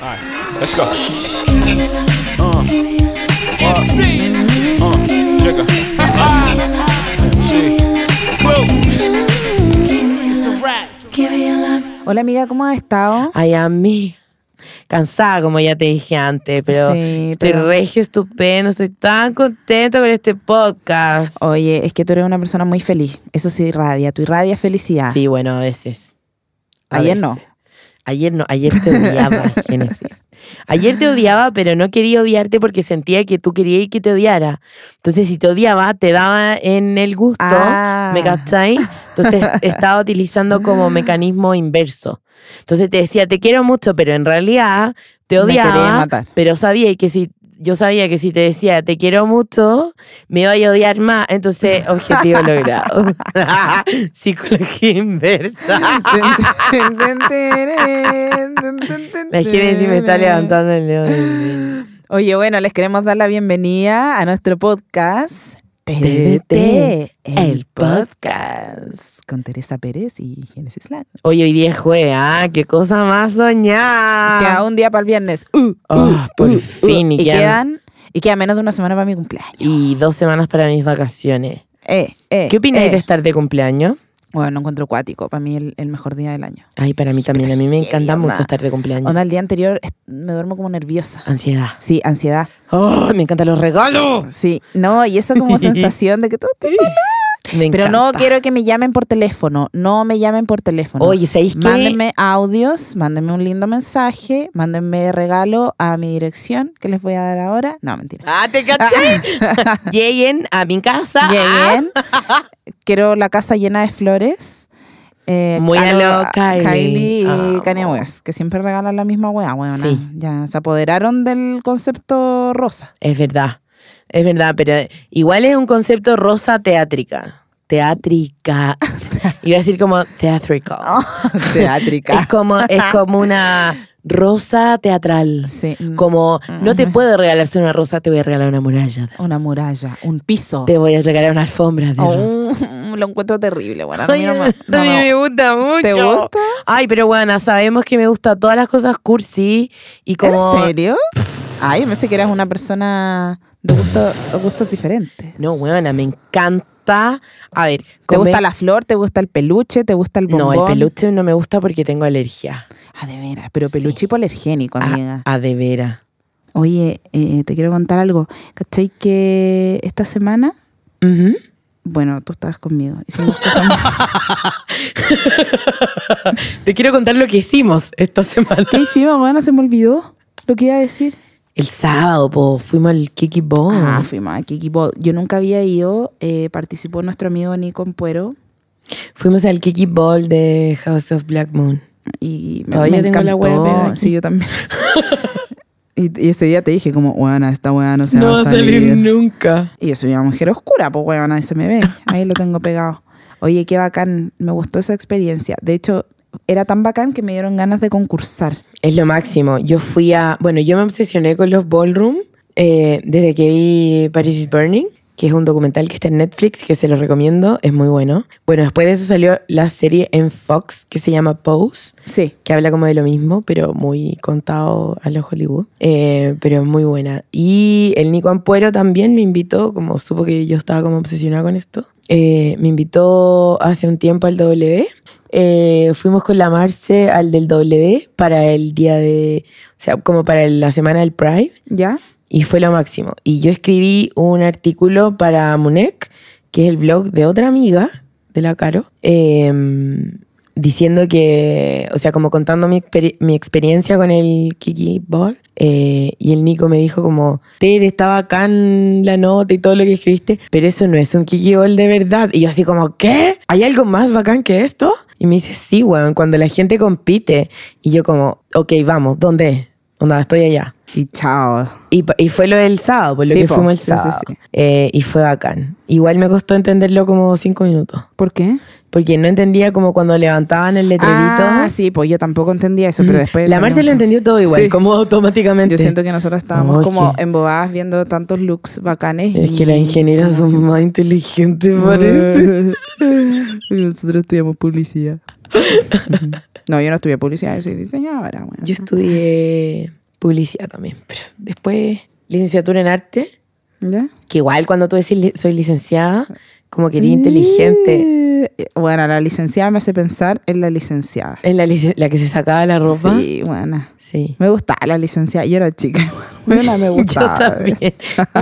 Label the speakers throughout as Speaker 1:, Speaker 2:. Speaker 1: Alright, let's go.
Speaker 2: Hola amiga, ¿cómo has estado?
Speaker 3: Ay, a mí. Cansada, como ya te dije antes, pero
Speaker 2: Sí,
Speaker 3: estoy
Speaker 2: pero-
Speaker 3: regio estupendo, estoy tan contenta con este podcast.
Speaker 2: Oye, es que tú eres una persona muy feliz. Eso sí irradia, tú irradias felicidad.
Speaker 3: Sí, bueno, a veces. A
Speaker 2: Ayer
Speaker 3: veces.
Speaker 2: no.
Speaker 3: Ayer no, ayer te odiaba, Génesis. Ayer te odiaba, pero no quería odiarte porque sentía que tú querías que te odiara. Entonces, si te odiaba, te daba en el gusto,
Speaker 2: Ah.
Speaker 3: ¿me cachai? Entonces, estaba utilizando como mecanismo inverso. Entonces, te decía, te quiero mucho, pero en realidad te
Speaker 2: Me quería
Speaker 3: odiaba.
Speaker 2: matar.
Speaker 3: Pero sabía que si. Yo sabía que si te decía te quiero mucho, me voy a odiar más. Entonces, objetivo logrado. Psicología inversa. La Génesis me está levantando el dedo. del medio.
Speaker 2: Oye, bueno, les queremos dar la bienvenida a nuestro podcast.
Speaker 3: TDT,
Speaker 2: el
Speaker 3: el
Speaker 2: podcast. Con Teresa Pérez y Génesis Lago.
Speaker 3: Oye, hoy día es jueves, ¿ah? qué cosa más soñada.
Speaker 2: Queda un día para el viernes. Uh,
Speaker 3: Ah,
Speaker 2: uh,
Speaker 3: por
Speaker 2: uh,
Speaker 3: fin,
Speaker 2: uh.
Speaker 3: y
Speaker 2: Y
Speaker 3: quedan-
Speaker 2: quedan. Y queda menos de una semana para mi cumpleaños.
Speaker 3: Y dos semanas para mis vacaciones.
Speaker 2: Eh, eh,
Speaker 3: ¿Qué opináis
Speaker 2: eh.
Speaker 3: de estar de cumpleaños?
Speaker 2: Bueno, no encuentro cuático. Para mí el, el mejor día del año.
Speaker 3: Ay, para mí también. A mí me
Speaker 2: sí,
Speaker 3: encanta
Speaker 2: onda.
Speaker 3: mucho estar de cumpleaños.
Speaker 2: Onda, el día anterior est- me duermo como nerviosa.
Speaker 3: Ansiedad. pues.
Speaker 2: Sí, ansiedad.
Speaker 3: ¡Oh! Me encantan los regalos.
Speaker 2: Sí, no, y eso como sensación de que todo está solo.
Speaker 3: Me
Speaker 2: Pero no
Speaker 3: encanta.
Speaker 2: quiero que me llamen por teléfono. No me llamen por teléfono.
Speaker 3: Oye, ¿sabéis qué?
Speaker 2: Mándenme audios, mándenme un lindo mensaje, mándenme regalo a mi dirección que les voy a dar ahora. No, mentira.
Speaker 3: Ah, te caché. Lleguen a mi casa.
Speaker 2: Lleguen. Quiero la casa llena de flores. Eh,
Speaker 3: Muy a lo Kylie.
Speaker 2: Kylie y
Speaker 3: Amo.
Speaker 2: Kanye West, que siempre regalan la misma weá, weona.
Speaker 3: Sí.
Speaker 2: Ya se apoderaron del concepto rosa.
Speaker 3: Es verdad. Es verdad, pero igual es un concepto rosa teátrica. Teátrica. Iba a decir como teatrical.
Speaker 2: Oh Teátrica.
Speaker 3: Es como, es como una rosa teatral.
Speaker 2: Sí. Mm.
Speaker 3: Como, no te puedo regalarse una rosa, te voy a regalar una muralla.
Speaker 2: Una muralla, un piso.
Speaker 3: Te voy a regalar una alfombra de rosa.
Speaker 2: Oh, lo encuentro terrible, bueno. a mí no me- no me-
Speaker 3: gusta mucho.
Speaker 2: ¿Te gusta?
Speaker 3: Ay, pero bueno, sabemos que me gusta todas las cosas cursi y como.
Speaker 2: ¿En serio? Ay, me sé que eras una persona de gusto- de gustos diferentes.
Speaker 3: No, buena, me encanta. A ver,
Speaker 2: ¿Te
Speaker 3: come-
Speaker 2: gusta la flor? ¿Te gusta el peluche? ¿Te gusta el
Speaker 3: No,
Speaker 2: bombón?
Speaker 3: el peluche no me gusta porque tengo alergia.
Speaker 2: Ah, de veras, pero peluche
Speaker 3: Sí. Ah.
Speaker 2: hipoalergénico,
Speaker 3: A,
Speaker 2: amiga.
Speaker 3: a de vera.
Speaker 2: Oye, eh, te quiero contar algo. ¿Cachai que esta semana,
Speaker 3: Ujú.
Speaker 2: bueno, tú estabas conmigo, hicimos cosas muy-
Speaker 3: Te quiero contar lo que hicimos esta semana.
Speaker 2: ¿Qué hicimos, bueno? Se me olvidó lo que iba a decir.
Speaker 3: El sábado, po, fuimos al Kiki Ball.
Speaker 2: Ah, fuimos a Kiki Ball. Yo nunca había ido, eh, participó nuestro amigo Nico Puero
Speaker 3: Fuimos al Kiki Ball de House of Black Moon.
Speaker 2: Y me,
Speaker 3: Todavía
Speaker 2: me
Speaker 3: tengo la
Speaker 2: encantó.
Speaker 3: hueá pegada aquí.
Speaker 2: Sí, yo también. y, y ese día te dije como, weona, esta weá no se va a salir.
Speaker 3: nunca.
Speaker 2: Y yo soy una mujer oscura, pues weona, ahí se me ve. Ahí lo tengo pegado. Oye, qué bacán. Me gustó esa experiencia. De hecho, era tan bacán que me dieron ganas de concursar.
Speaker 3: Es lo máximo. Yo fui a. Bueno, yo me obsesioné con los ballroom eh, desde que vi Paris is Burning, que es un documental que está en Netflix, que se lo recomiendo, es muy bueno. Bueno, después de eso salió la serie en Fox que se llama Pose.
Speaker 2: Sí.
Speaker 3: que habla como de lo mismo, pero muy contado a los Hollywood, eh, pero muy buena. Y el Nico Ampuero también me invitó, como supo que yo estaba como obsesionada con esto, eh, me invitó hace un tiempo al W. Eh, fuimos con la Marce al del W para el día de, o sea, como para la semana del Pride
Speaker 2: ¿Ya?
Speaker 3: y fue lo máximo. Y yo escribí un artículo para Munek, que es el blog de otra amiga de la Caro, eh, diciendo que, o sea, como contando mi, exper- mi experiencia con el Kiki Ball. eh, y el Nico me dijo como, Tere, está bacán la nota y todo lo que escribiste, pero eso no es un Kiki Ball de verdad. Y yo así como, ¿qué? ¿Hay algo más bacán que esto? Y me dice, sí, weón, cuando la gente compite. Y yo como, ok, vamos, ¿dónde? es? Onda, estoy allá.
Speaker 2: Y chao.
Speaker 3: Y, pa- y fue lo del sábado, por lo
Speaker 2: Sí,
Speaker 3: que
Speaker 2: po.
Speaker 3: fuimos el
Speaker 2: Sí, sí,
Speaker 3: sábado.
Speaker 2: sí.
Speaker 3: Eh, y fue bacán. Igual me costó entenderlo como cinco minutos.
Speaker 2: ¿Por qué?
Speaker 3: Porque no entendía como cuando levantaban el letrerito. Mm.
Speaker 2: Ah, sí, pues yo tampoco entendía eso, pero después...
Speaker 3: la Marcia lo entendió todo igual,
Speaker 2: Sí.
Speaker 3: como automáticamente.
Speaker 2: Yo siento que nosotros estábamos
Speaker 3: Oh,
Speaker 2: como
Speaker 3: qué-
Speaker 2: embobadas viendo tantos looks bacanes.
Speaker 3: Es que
Speaker 2: y-
Speaker 3: las ingenieras son más inteligentes, parece.
Speaker 2: Nosotros estudiamos publicidad. No, yo no estudié publicidad, yo soy diseñadora. Bueno.
Speaker 3: Yo estudié publicidad también, pero después licenciatura en arte,
Speaker 2: ¿Ya?
Speaker 3: que igual cuando tú decís li- soy licenciada, como quería inteligente.
Speaker 2: Eh, Bueno, la licenciada me hace pensar en la licenciada.
Speaker 3: Es la, lic- la que se sacaba la ropa. Sí.
Speaker 2: Sí, buena. Me gustaba la licenciada. Yo era chica. igual. Buena, me gustaba.
Speaker 3: Yo también.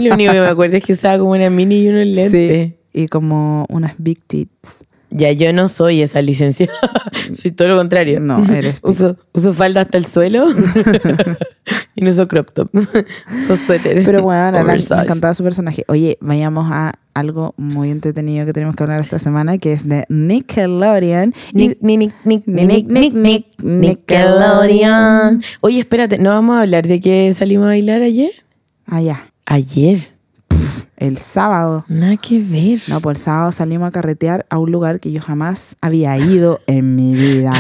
Speaker 3: Lo único que me acuerdo es que usaba como una mini y unos lentes.
Speaker 2: Sí. Y como unas big tits.
Speaker 3: Ya yo no soy esa licenciada. soy todo lo contrario.
Speaker 2: No, eres big.
Speaker 3: Uso, uso falda hasta el suelo y no uso crop top. uso suéter.
Speaker 2: Pero bueno, la- me
Speaker 3: Oversize.
Speaker 2: encantaba su personaje. Oye, vayamos a algo muy entretenido que tenemos que hablar esta semana, que es de Nickelodeon. Y-
Speaker 3: Nick, Nick, Nick, Nick,
Speaker 2: Nick,
Speaker 3: Nick, Nick, Nick,
Speaker 2: Nickelodeon.
Speaker 3: Nickelodeon. Oye, espérate, ¿no vamos a hablar de que salimos a bailar ayer?
Speaker 2: Ah, ya.
Speaker 3: Ayer.
Speaker 2: El sábado.
Speaker 3: Nada que ver.
Speaker 2: No, pues el sábado salimos a carretear a un lugar que yo jamás había ido en mi vida.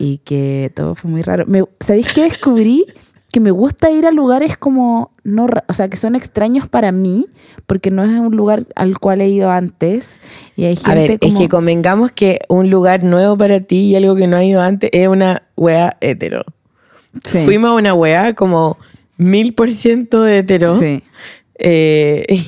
Speaker 2: Y que todo fue muy raro. Me- ¿Sabéis qué descubrí? Que me gusta ir a lugares como, no, ra- o sea, que son extraños para mí, porque no es un lugar al cual he ido antes. Y hay gente
Speaker 3: A ver,
Speaker 2: como...
Speaker 3: es que convengamos que un lugar nuevo para ti y algo que no ha ido antes es una wea hetero.
Speaker 2: Sí,
Speaker 3: Fuimos a una wea como mil por ciento de hetero.
Speaker 2: sí.
Speaker 3: Eh,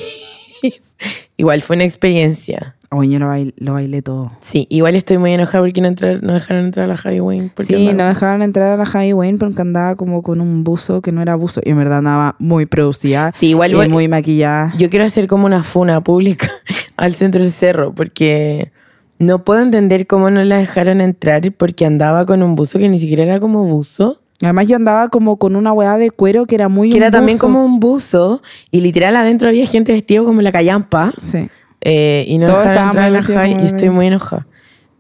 Speaker 3: igual fue una experiencia.
Speaker 2: Oye, lo bail- lo bailé todo.
Speaker 3: Sí, igual estoy muy enojada porque no, entrar, no dejaron entrar a la Javi Wayne. porque
Speaker 2: Sí, no
Speaker 3: andaba-
Speaker 2: dejaron entrar a la Javi Wayne porque andaba como con un buzo que no era buzo. Y en verdad andaba muy producida
Speaker 3: Sí, igual
Speaker 2: y
Speaker 3: voy-
Speaker 2: muy maquillada.
Speaker 3: Yo quiero hacer como una funa pública al centro del cerro porque no puedo entender cómo no la dejaron entrar porque andaba con un buzo que ni siquiera era como buzo.
Speaker 2: Además yo andaba como con una hueá de cuero que era muy
Speaker 3: que
Speaker 2: un
Speaker 3: era también
Speaker 2: buzo.
Speaker 3: como un buzo y literal adentro había gente vestida como la callampa
Speaker 2: Sí.
Speaker 3: eh, y no
Speaker 2: Todos
Speaker 3: dejaron
Speaker 2: estábamos
Speaker 3: entrar a la
Speaker 2: vestidos
Speaker 3: Jai
Speaker 2: como
Speaker 3: y estoy
Speaker 2: bebés.
Speaker 3: muy enojada.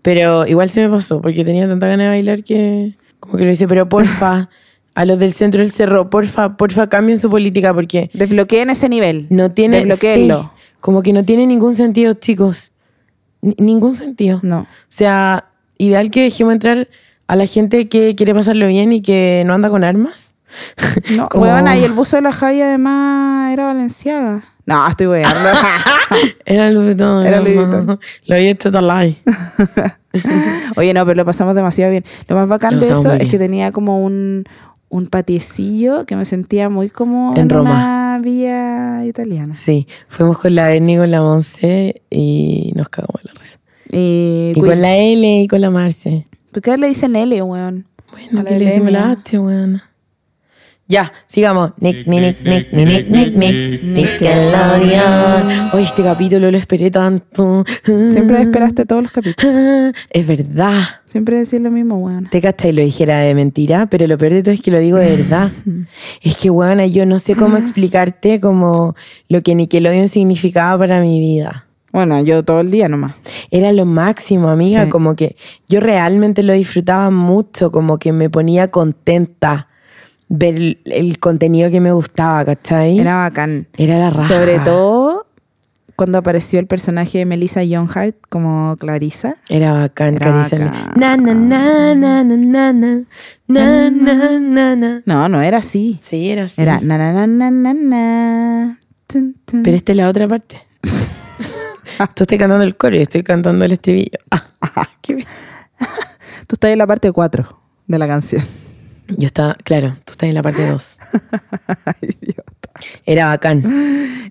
Speaker 3: Pero igual se me pasó porque tenía tanta ganas de bailar que como que lo hice, pero porfa, a los del centro del cerro, porfa, porfa, cambien su política porque
Speaker 2: Desbloqueen ese nivel.
Speaker 3: no tiene... sí,
Speaker 2: Desbloqueenlo.
Speaker 3: como que no tiene ningún sentido, chicos. Ni- ningún sentido.
Speaker 2: No.
Speaker 3: O sea, ideal que dejemos entrar a la gente que quiere pasarlo bien y que no anda con armas.
Speaker 2: No,
Speaker 3: Como-
Speaker 2: huevona, y el buzo de la Javi además era valenciaga. No, estoy hueando.
Speaker 3: Era Louis Vuitton.
Speaker 2: Era
Speaker 3: mi
Speaker 2: Louis
Speaker 3: mamá.
Speaker 2: Vuitton.
Speaker 3: Lo había hecho tal live.
Speaker 2: Oye, no, pero lo pasamos demasiado bien. Lo más bacán
Speaker 3: Lo
Speaker 2: de
Speaker 3: pasamos
Speaker 2: eso
Speaker 3: muy
Speaker 2: es que
Speaker 3: bien.
Speaker 2: tenía como un, un patiecillo que me sentía muy como
Speaker 3: En
Speaker 2: una
Speaker 3: Roma.
Speaker 2: vía italiana.
Speaker 3: Sí, fuimos con la Ernie, con la Monse y nos cagamos de la risa.
Speaker 2: Y,
Speaker 3: Y con la L y con la Marce.
Speaker 2: ¿Por qué le dicen L, weón? A
Speaker 3: Bueno,
Speaker 2: la
Speaker 3: ¿qué le decimos
Speaker 2: Elenia.
Speaker 3: la H, weón? Ya, sigamos. Nick, nick, nick, nick, nick, nick, nick, Nickelodeon. Hoy este capítulo lo esperé tanto.
Speaker 2: Siempre
Speaker 3: Mm.
Speaker 2: esperaste todos los capítulos.
Speaker 3: Es verdad.
Speaker 2: Siempre decís lo mismo, weón.
Speaker 3: Te cachai, lo dijera de mentira, pero lo peor de todo es que lo digo de verdad. es que, weona, yo no sé cómo explicarte como lo que Nickelodeon significaba para mi vida.
Speaker 2: Bueno, yo todo el día nomás.
Speaker 3: Era lo máximo, amiga,
Speaker 2: Sí.
Speaker 3: como que yo realmente lo disfrutaba mucho, como que me ponía contenta ver el, el contenido que me gustaba, ¿cachai?
Speaker 2: Era bacán.
Speaker 3: Era la raja.
Speaker 2: Sobre todo cuando apareció el personaje de Melissa Hart como Clarissa.
Speaker 3: Era bacán,
Speaker 2: Era
Speaker 3: Carissa.
Speaker 2: bacán.
Speaker 3: Na, na, na, na, na, na, na, na, na, na, na.
Speaker 2: No, no era así.
Speaker 3: Sí, era así.
Speaker 2: Era na na na na na na. Tun, tun.
Speaker 3: Pero esta es la otra parte. Tú estás cantando el coro y yo estoy cantando el estribillo. Ah, qué bien.
Speaker 2: Tú estás en la parte 4 de la canción.
Speaker 3: Yo estaba, claro, tú estás en la parte 2.
Speaker 2: Ay, Dios.
Speaker 3: Era bacán.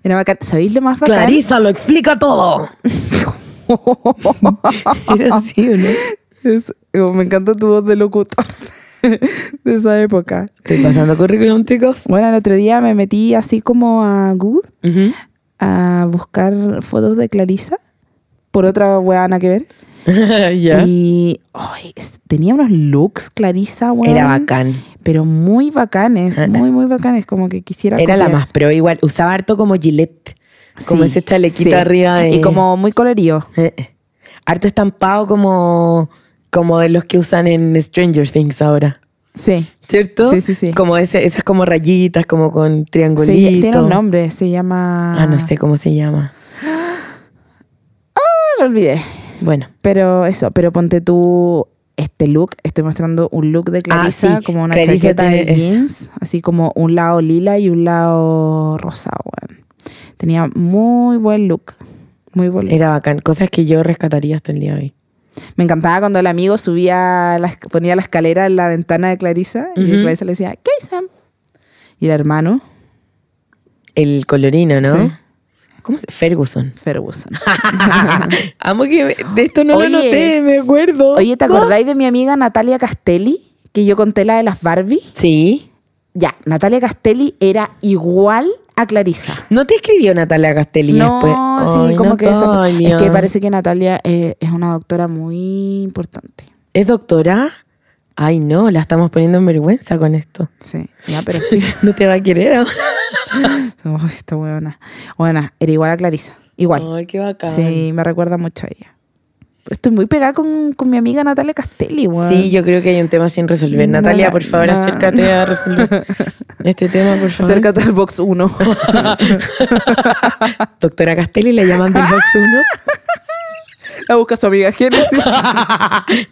Speaker 2: Era bacán. ¿Sabéis lo más bacán?
Speaker 3: Clarisa lo explica todo. Era así, ¿o ¿no?
Speaker 2: Es- oh, me encanta tu voz de locutor de esa época.
Speaker 3: Estoy pasando currículum, chicos.
Speaker 2: Bueno, el otro día me metí así como a Good
Speaker 3: Ujú.
Speaker 2: a buscar fotos de Clarisa por otra weá nada que ver.
Speaker 3: Ya.
Speaker 2: Y ay, es- tenía unos looks Clarisa, weón.
Speaker 3: Era bacán. Eh,
Speaker 2: Pero muy bacanes, muy, muy bacanes. Como que quisiera.
Speaker 3: Era la
Speaker 2: copiar.
Speaker 3: más pro igual. Usaba harto como Gillette. Como
Speaker 2: Sí,
Speaker 3: ese chalequito
Speaker 2: sí.
Speaker 3: arriba de...
Speaker 2: Y como muy colorido.
Speaker 3: Eh, eh. Harto estampado como, como de los que usan en Stranger Things ahora.
Speaker 2: Sí.
Speaker 3: ¿Cierto?
Speaker 2: Sí, sí, sí.
Speaker 3: Como ese- esas como rayitas, como con
Speaker 2: Se-
Speaker 3: triangulitos.
Speaker 2: tiene un nombre, se llama.
Speaker 3: Ah, no sé cómo se llama.
Speaker 2: Ah, lo olvidé.
Speaker 3: Bueno.
Speaker 2: Pero eso, pero ponte tú este look. Estoy mostrando un look de Clarisa,
Speaker 3: Ah, sí.
Speaker 2: como una
Speaker 3: Clarisa
Speaker 2: chaqueta de
Speaker 3: tiene- es-
Speaker 2: jeans, así como un lado lila y un lado rosa, weón. Tenía muy buen look. Muy buen look.
Speaker 3: Era bacán. Cosas que yo rescataría hasta el día de hoy.
Speaker 2: Me encantaba cuando el amigo subía, la esc- ponía la escalera en la ventana de Clarisa y
Speaker 3: Ujú.
Speaker 2: Clarisa le decía, ¿qué hay, Sam? Y el hermano,
Speaker 3: El colorino, ¿no?
Speaker 2: Sí.
Speaker 3: ¿Cómo se Ferguson.
Speaker 2: Ferguson.
Speaker 3: Amo que me- de esto no
Speaker 2: Oye.
Speaker 3: lo noté, me acuerdo.
Speaker 2: Oye, ¿te
Speaker 3: No.
Speaker 2: acordáis de mi amiga Natalia Castelli? Que yo conté la de las Barbie.
Speaker 3: Sí.
Speaker 2: Ya, Natalia Castelli era igual a Clarisa.
Speaker 3: ¿No te escribió Natalia Castelli
Speaker 2: No,
Speaker 3: después?
Speaker 2: sí,
Speaker 3: Ay,
Speaker 2: como que esa-
Speaker 3: Natalia.
Speaker 2: Es que parece que Natalia eh, es una doctora muy importante.
Speaker 3: ¿Es doctora? Ay, no, la estamos poniendo en vergüenza con esto.
Speaker 2: Sí, ya, pero sí.
Speaker 3: No te va a querer ahora.
Speaker 2: Uy, esta huevona. Buena, era igual a Clarisa. Igual.
Speaker 3: Ay, qué bacán.
Speaker 2: sí, me recuerda mucho a ella. Estoy muy pegada con, con mi amiga Natalia Castelli, weón.
Speaker 3: Sí, yo creo que hay un tema sin resolver.
Speaker 2: No,
Speaker 3: Natalia,
Speaker 2: no,
Speaker 3: por favor,
Speaker 2: no.
Speaker 3: acércate a resolver este tema, por favor.
Speaker 2: Acércate al box 1.
Speaker 3: Doctora Castelli la llaman del box 1.
Speaker 2: La busca su amiga Génesis.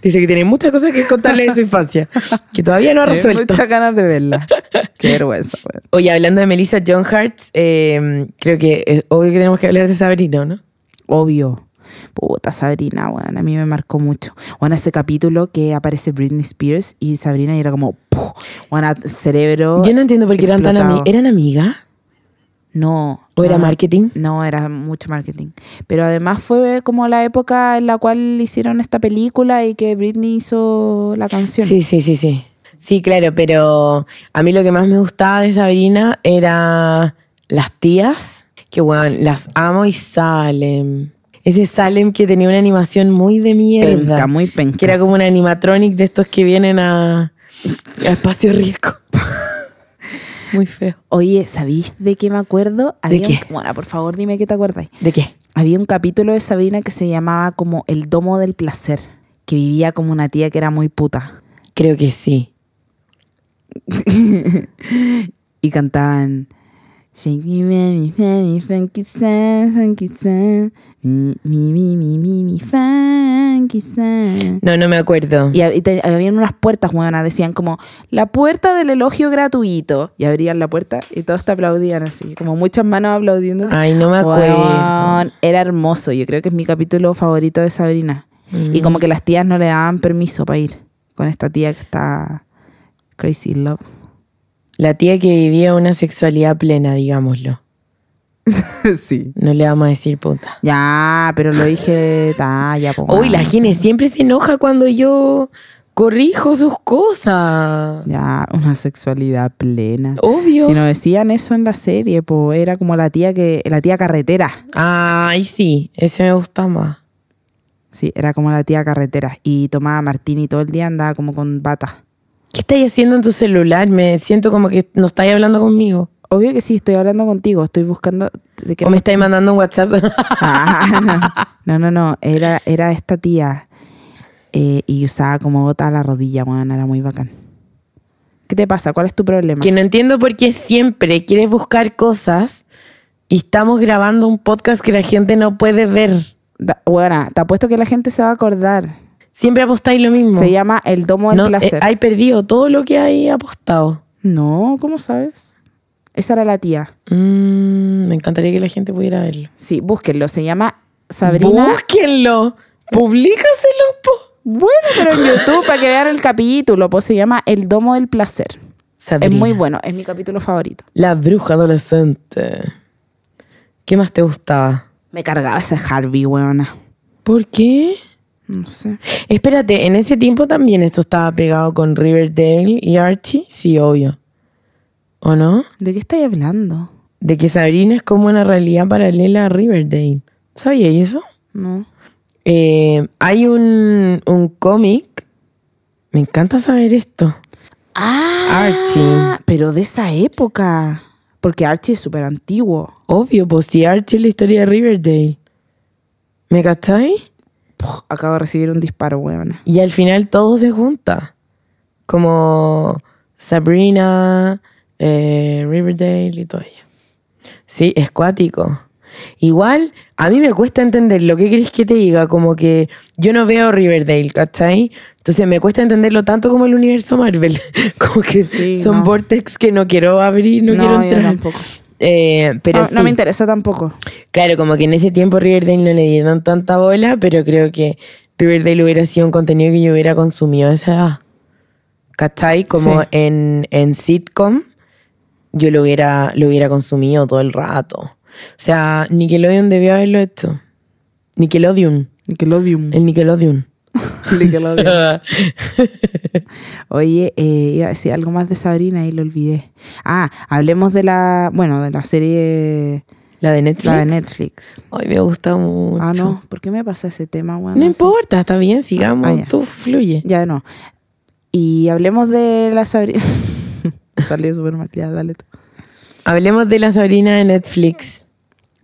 Speaker 3: Dice que tiene muchas cosas que contarle de su infancia, que todavía no ha
Speaker 2: Tengo
Speaker 3: resuelto.
Speaker 2: muchas ganas de verla. Qué vergüenza, weón.
Speaker 3: Oye, hablando de Melissa John Hart, eh, creo que es obvio que tenemos que hablar de Sabrina, ¿no?
Speaker 2: Obvio. Puta, Sabrina, weón. A mí me marcó mucho. Bueno, ese capítulo que aparece Britney Spears y Sabrina y era como. ¡puf! Bueno, cerebro.
Speaker 3: Yo no entiendo por qué eran tan
Speaker 2: explotado.
Speaker 3: amigas. ¿Eran amigas?
Speaker 2: No.
Speaker 3: ¿O era
Speaker 2: no,
Speaker 3: marketing?
Speaker 2: No, era mucho marketing. Pero además fue como la época en la cual hicieron esta película y que Britney hizo la canción.
Speaker 3: Sí, sí, sí, sí. Sí, claro, pero a mí lo que más me gustaba de Sabrina era las tías, que bueno, las amo y Salem. Ese Salem que tenía una animación muy de mierda.
Speaker 2: penca, muy penca.
Speaker 3: que era como un animatronic de estos que vienen a, a espacio riesgo. muy feo.
Speaker 2: Oye, ¿sabéis de qué me acuerdo? Había un-
Speaker 3: qué?
Speaker 2: Bueno, por favor, dime qué te acuerdas.
Speaker 3: ¿De qué?
Speaker 2: Había un capítulo de Sabrina que se llamaba como El Domo del Placer, que vivía como una tía que era muy puta.
Speaker 3: Creo que sí.
Speaker 2: Y cantaban... Shake me, baby, baby, funky sound, funky sound. Mi, mi, mi, mi, mi, mi, funky sound.
Speaker 3: No, no me acuerdo.
Speaker 2: Y, hab- y te- habían unas puertas, buenas, decían como la puerta del elogio gratuito. Y abrían la puerta y todos te aplaudían así, como muchas manos aplaudiendo.
Speaker 3: Ay, no me acuerdo.
Speaker 2: Weón, era hermoso. Yo creo que es mi capítulo favorito de Sabrina.
Speaker 3: Mm.
Speaker 2: Y como que las tías no le daban permiso para ir con esta tía que está crazy in love.
Speaker 3: La tía que vivía una sexualidad plena, digámoslo.
Speaker 2: sí.
Speaker 3: No le vamos a decir puta.
Speaker 2: Ya, pero lo dije, ta, ya, po,
Speaker 3: Uy, la
Speaker 2: weón,
Speaker 3: Gene siempre se enoja cuando yo corrijo sus cosas.
Speaker 2: Ya, una sexualidad plena.
Speaker 3: Obvio.
Speaker 2: Si no decían eso en la serie, pues era como la tía que, la tía carretera.
Speaker 3: Ay, sí, ese me gusta más.
Speaker 2: Sí, era como la tía carretera. Y tomaba martini todo el día, andaba como con bata.
Speaker 3: ¿Qué estáis haciendo en tu celular? Me siento como que no estáis hablando conmigo.
Speaker 2: Obvio que sí, estoy hablando contigo, estoy buscando... ¿de qué
Speaker 3: O me estáis mandando un WhatsApp.
Speaker 2: Ah, no, no, no, era, era esta tía. eh, y usaba como bota a la rodilla, weón, era muy bacán. ¿Qué te pasa? ¿Cuál es tu problema?
Speaker 3: que no entiendo por qué siempre quieres buscar cosas y estamos grabando un podcast que la gente no puede ver.
Speaker 2: Da- weona, te apuesto que la gente se va a acordar.
Speaker 3: Siempre apostáis lo mismo.
Speaker 2: Se llama El Domo del
Speaker 3: no, eh,
Speaker 2: Placer.
Speaker 3: hay perdido todo lo que hay apostado.
Speaker 2: No, ¿cómo sabes? Esa era la tía.
Speaker 3: Mm, me encantaría que la gente pudiera verlo.
Speaker 2: Sí, búsquenlo. Se llama Sabrina...
Speaker 3: Búsquenlo. Publícaselo, po.
Speaker 2: Bueno, pero en YouTube, para que vean el capítulo, pues se llama El Domo del Placer.
Speaker 3: Sabrina.
Speaker 2: Es muy bueno, es mi capítulo favorito.
Speaker 3: La bruja adolescente. ¿Qué más te gustaba?
Speaker 2: Me cargaba ese Harvey, weona.
Speaker 3: ¿Por qué?
Speaker 2: No sé.
Speaker 3: Espérate, en ese tiempo también esto estaba pegado con Riverdale y Archie. Sí, obvio. ¿O no?
Speaker 2: ¿De qué estáis hablando?
Speaker 3: De que Sabrina es como una realidad paralela a Riverdale. ¿Sabía eso?
Speaker 2: No.
Speaker 3: Eh, hay un, un cómic. Me encanta saber esto.
Speaker 2: Ah,
Speaker 3: Archie.
Speaker 2: Pero de esa época. Porque Archie es súper antiguo.
Speaker 3: Obvio, pues si Archie es la historia de Riverdale. ¿Me cacháis?
Speaker 2: Puh, acabo de recibir un disparo, weona.
Speaker 3: Y al final todo se junta. Como Sabrina, eh, Riverdale y todo ello. Sí, es cuático. Igual, a mí me cuesta entender lo que querés que te diga. Como que yo no veo Riverdale, ¿cachai? Entonces me cuesta entenderlo tanto como el universo Marvel. como que
Speaker 2: Sí,
Speaker 3: son
Speaker 2: no.
Speaker 3: vortex que no quiero abrir, no,
Speaker 2: No,
Speaker 3: quiero
Speaker 2: yo
Speaker 3: entrar.
Speaker 2: tampoco.
Speaker 3: Eh, pero
Speaker 2: no, no
Speaker 3: sí.
Speaker 2: me interesa tampoco.
Speaker 3: Claro, como que en ese tiempo Riverdale no le dieron tanta bola, pero creo que Riverdale hubiera sido un contenido que yo hubiera consumido a esa edad. ¿Cachai? Como
Speaker 2: Sí.
Speaker 3: en, en sitcom, yo lo hubiera, lo hubiera consumido todo el rato. O sea, Nickelodeon debió haberlo hecho. Nickelodeon.
Speaker 2: Nickelodeon.
Speaker 3: El Nickelodeon.
Speaker 2: Nickelodeon. Oye, eh, iba a decir algo más de Sabrina y lo olvidé. Ah, hablemos de la, bueno, de la serie
Speaker 3: La de Netflix.
Speaker 2: la de Netflix.
Speaker 3: Ay, me gusta mucho.
Speaker 2: Ah, no, ¿por qué me pasa ese tema, weón?
Speaker 3: No
Speaker 2: Así.
Speaker 3: importa, está bien, sigamos.
Speaker 2: Ah, ya.
Speaker 3: Tú fluye.
Speaker 2: Ya no. Y hablemos de la Sabrina. Salió súper mal, ya, dale tú.
Speaker 3: Hablemos de la Sabrina de Netflix.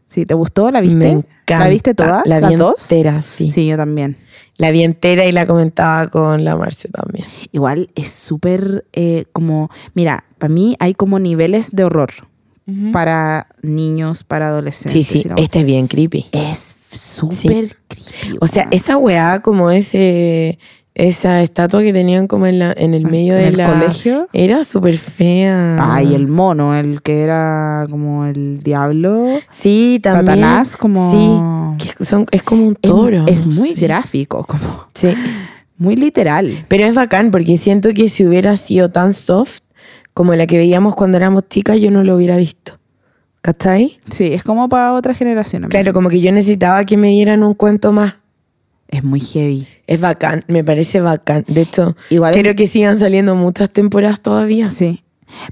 Speaker 2: Sí, ¿te gustó? ¿La viste?
Speaker 3: Me encanta.
Speaker 2: ¿La viste toda?
Speaker 3: La vi
Speaker 2: ¿Las dos?
Speaker 3: entera, sí.
Speaker 2: Sí, yo también.
Speaker 3: La vi entera y la comentaba con la Marce también.
Speaker 2: Igual es súper eh, como, mira, para mí hay como niveles de horror para niños, para
Speaker 3: Sí,
Speaker 2: adolescentes.
Speaker 3: sí,
Speaker 2: y la
Speaker 3: este es bien creepy.
Speaker 2: Es súper creepy.
Speaker 3: O sea,
Speaker 2: weón.
Speaker 3: esa weá como ese esa estatua que tenían como en, la, en el medio
Speaker 2: ¿En
Speaker 3: de
Speaker 2: el
Speaker 3: la
Speaker 2: colegio?
Speaker 3: era súper fea.
Speaker 2: Ay, el mono, el que era como el diablo.
Speaker 3: sí, también.
Speaker 2: Satanás como-
Speaker 3: Sí, que son- es como un
Speaker 2: Es-
Speaker 3: toro.
Speaker 2: Es,
Speaker 3: no
Speaker 2: muy
Speaker 3: sé.
Speaker 2: gráfico, como
Speaker 3: Sí.
Speaker 2: muy literal.
Speaker 3: Pero es bacán porque siento que si hubiera sido tan soft como la que veíamos cuando éramos chicas, yo no lo hubiera visto. ¿Cachai?
Speaker 2: Sí, es como para otra generación. amiga.
Speaker 3: Claro, como que yo necesitaba que me dieran un cuento más.
Speaker 2: Es muy heavy.
Speaker 3: Es bacán, me parece bacán. De hecho,
Speaker 2: Igual-
Speaker 3: creo que sigan saliendo muchas temporadas todavía.
Speaker 2: Sí.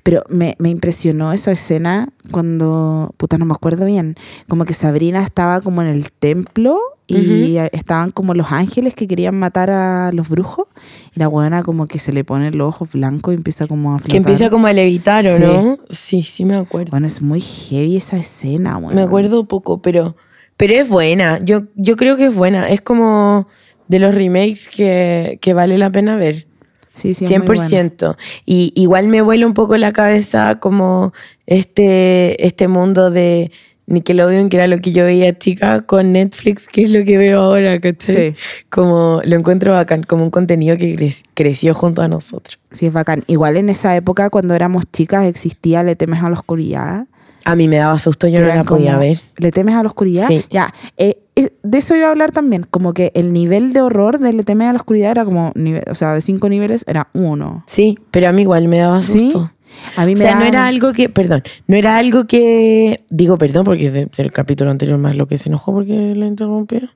Speaker 2: Pero me, me impresionó esa escena cuando, puta, no me acuerdo bien, como que Sabrina estaba como en el templo y a- estaban como los ángeles que querían matar a los brujos y la buena como que se le pone los ojos blancos y empieza como a
Speaker 3: Que
Speaker 2: flotar.
Speaker 3: empieza como a levitar, ¿o
Speaker 2: Sí.
Speaker 3: no? Sí, sí me acuerdo.
Speaker 2: Bueno, es muy heavy esa escena, bueno.
Speaker 3: Me acuerdo poco, pero, pero es buena. Yo, yo creo que es buena. Es como de los remakes que, que vale la pena ver.
Speaker 2: Sí, sí, es muy buena.
Speaker 3: 100%. Y igual me vuela un poco la cabeza como este, este mundo de Nickelodeon, que era lo que yo veía chica, con Netflix, que es lo que veo ahora, ¿cachai?
Speaker 2: Sí.
Speaker 3: Como lo encuentro bacán, como un contenido que cre- creció junto a nosotros.
Speaker 2: Sí, es bacán. Igual en esa época, cuando éramos chicas, existía E Le temes a la oscuridad.
Speaker 3: A mí me daba susto, yo
Speaker 2: que
Speaker 3: no
Speaker 2: eran
Speaker 3: la podía
Speaker 2: como,
Speaker 3: ver.
Speaker 2: ¿Le temes a la oscuridad?
Speaker 3: Sí.
Speaker 2: Ya, eh, eh, de eso iba a hablar también. Como que el nivel de horror de Le temes a la oscuridad era como, nive- o sea, de cinco niveles era uno.
Speaker 3: Sí, pero a mí igual me daba
Speaker 2: ¿Sí?
Speaker 3: susto.
Speaker 2: A mí
Speaker 3: Ah, O
Speaker 2: me
Speaker 3: sea, no
Speaker 2: daba-
Speaker 3: era algo que, perdón, no era algo que, digo perdón porque es de- del capítulo anterior más lo que se enojó porque la interrumpía.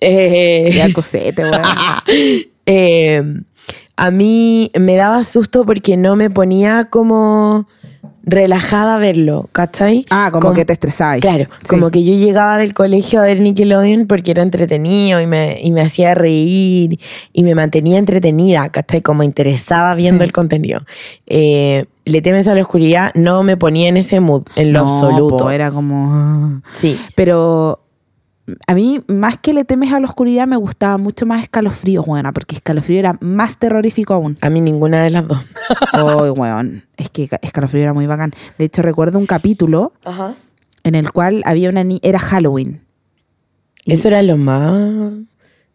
Speaker 3: Eh,
Speaker 2: Ya, cosete, weón.
Speaker 3: Eh, a mí me daba susto porque no me ponía como relajada a verlo, ¿cachai?
Speaker 2: Ah, como, que te estresabas.
Speaker 3: Claro,
Speaker 2: Sí.
Speaker 3: como que yo llegaba del colegio a ver Nickelodeon porque era entretenido y me, y me hacía reír y me mantenía entretenida, ¿cachai? Como interesada viendo
Speaker 2: Sí.
Speaker 3: el contenido. Eh, Le temes a la oscuridad, no me ponía en ese mood, en lo
Speaker 2: No,
Speaker 3: absoluto.
Speaker 2: po, era como...
Speaker 3: Sí.
Speaker 2: Pero a mí, más que le temes a la oscuridad, me gustaba mucho más escalofrío, buena, porque escalofrío era más terrorífico aún.
Speaker 3: A mí ninguna de las dos.
Speaker 2: Oh, weón. Es que ca- escalofrío era muy bacán. De hecho, recuerdo un capítulo
Speaker 3: Ajá.
Speaker 2: en el cual había una niña. Era Halloween.
Speaker 3: Eso era lo más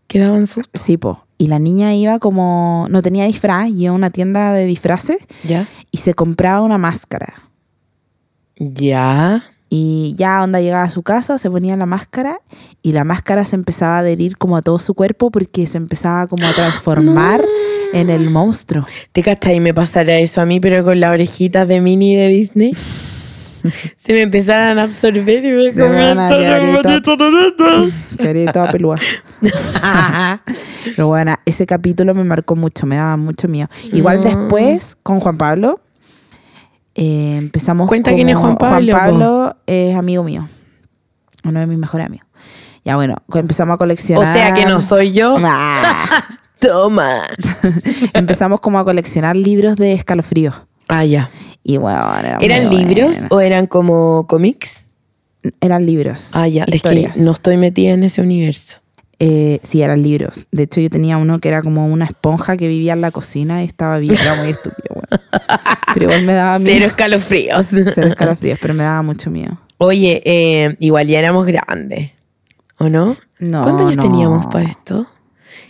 Speaker 3: que daban susto.
Speaker 2: Sí, po. Y la niña iba como. No tenía disfraz, iba a una tienda de disfraces
Speaker 3: ¿Ya?
Speaker 2: y se compraba una máscara.
Speaker 3: Ya.
Speaker 2: Y ya onda llegaba a su casa, se ponía la máscara y la máscara se empezaba a adherir como a todo su cuerpo porque se empezaba como a transformar en el monstruo.
Speaker 3: ¿Te cachai? Me pasara eso a mí, pero con las orejitas de Mini de Disney. Se me empezaran a absorber y me
Speaker 2: Se me van a quedar y
Speaker 3: comían todo.
Speaker 2: Quería toda pelúa. Pero bueno, ese capítulo me marcó mucho, me daba mucho miedo. Igual
Speaker 3: No.
Speaker 2: después, con Juan Pablo, eh, empezamos
Speaker 3: Cuenta
Speaker 2: como-
Speaker 3: quién es Juan Pablo,
Speaker 2: Juan Pablo es amigo mío, uno de mis mejores amigos. Ya bueno, co- empezamos a
Speaker 3: O
Speaker 2: coleccionar...
Speaker 3: sea que no soy yo.
Speaker 2: Ah.
Speaker 3: Toma.
Speaker 2: empezamos como a coleccionar libros de escalofríos.
Speaker 3: Ah, ya.
Speaker 2: Y bueno, era muy
Speaker 3: ¿Eran libros
Speaker 2: bueno.
Speaker 3: o eran como cómics?
Speaker 2: Eran libros.
Speaker 3: Ah, ya.
Speaker 2: Historias.
Speaker 3: Es que no estoy metida en ese universo.
Speaker 2: Eh, sí, eran libros. De hecho, yo tenía uno que era como una esponja que vivía en la cocina y estaba bien, era muy estúpido. bueno. Pero igual me daba
Speaker 3: Cero
Speaker 2: miedo.
Speaker 3: escalofríos.
Speaker 2: Cero escalofríos, pero me daba mucho miedo.
Speaker 3: Oye, eh, igual ya éramos grandes. ¿O no?
Speaker 2: No,
Speaker 3: ¿Cuántos años
Speaker 2: no.
Speaker 3: teníamos
Speaker 2: pues?
Speaker 3: para esto?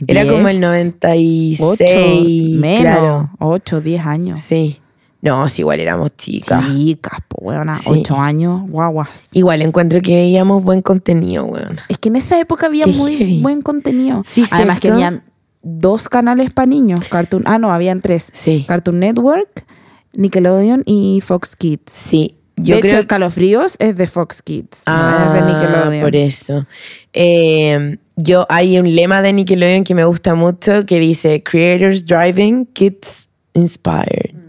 Speaker 3: Era como el
Speaker 2: Diez,
Speaker 3: 96.
Speaker 2: Ocho, menos,
Speaker 3: claro.
Speaker 2: ocho, diez años.
Speaker 3: Sí. No, si igual éramos chicas.
Speaker 2: Chicas, po, weona,
Speaker 3: Sí.
Speaker 2: ocho años, guaguas.
Speaker 3: Igual encuentro que veíamos buen contenido, weón.
Speaker 2: Es que en esa época había
Speaker 3: Qué
Speaker 2: muy
Speaker 3: heavy.
Speaker 2: buen contenido.
Speaker 3: Sí,
Speaker 2: Además que
Speaker 3: ¿cierto?
Speaker 2: habían dos canales para niños. Cartoon, ah, no, habían tres.
Speaker 3: Sí.
Speaker 2: Cartoon Network, Nickelodeon y Fox Kids.
Speaker 3: Sí. Yo
Speaker 2: de hecho,
Speaker 3: creo que
Speaker 2: Escalofríos es de Fox Kids, no es de Nickelodeon.
Speaker 3: Ah, Por eso. Eh, yo hay un lema de Nickelodeon que me gusta mucho que dice Creators Driving, Kids Inspired.
Speaker 2: Mm.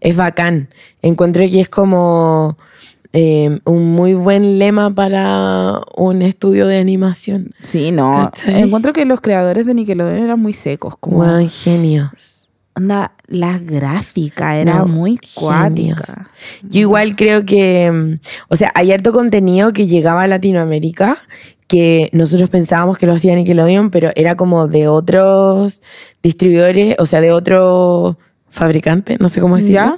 Speaker 3: Es bacán. Encuentro que es como eh, un muy buen lema para un estudio de animación.
Speaker 2: Sí, no.
Speaker 3: ¿Cachai?
Speaker 2: Encuentro que los creadores de Nickelodeon eran muy secos. Como,
Speaker 3: Wow, genios.
Speaker 2: onda, la gráfica era
Speaker 3: No,
Speaker 2: muy
Speaker 3: genios.
Speaker 2: cuática.
Speaker 3: Yo igual creo que, mm, o sea, hay harto contenido que llegaba a Latinoamérica que nosotros pensábamos que lo hacía Nickelodeon, pero era como de otros distribuidores, o sea, de otro fabricante, no sé cómo decirlo.
Speaker 2: Ya.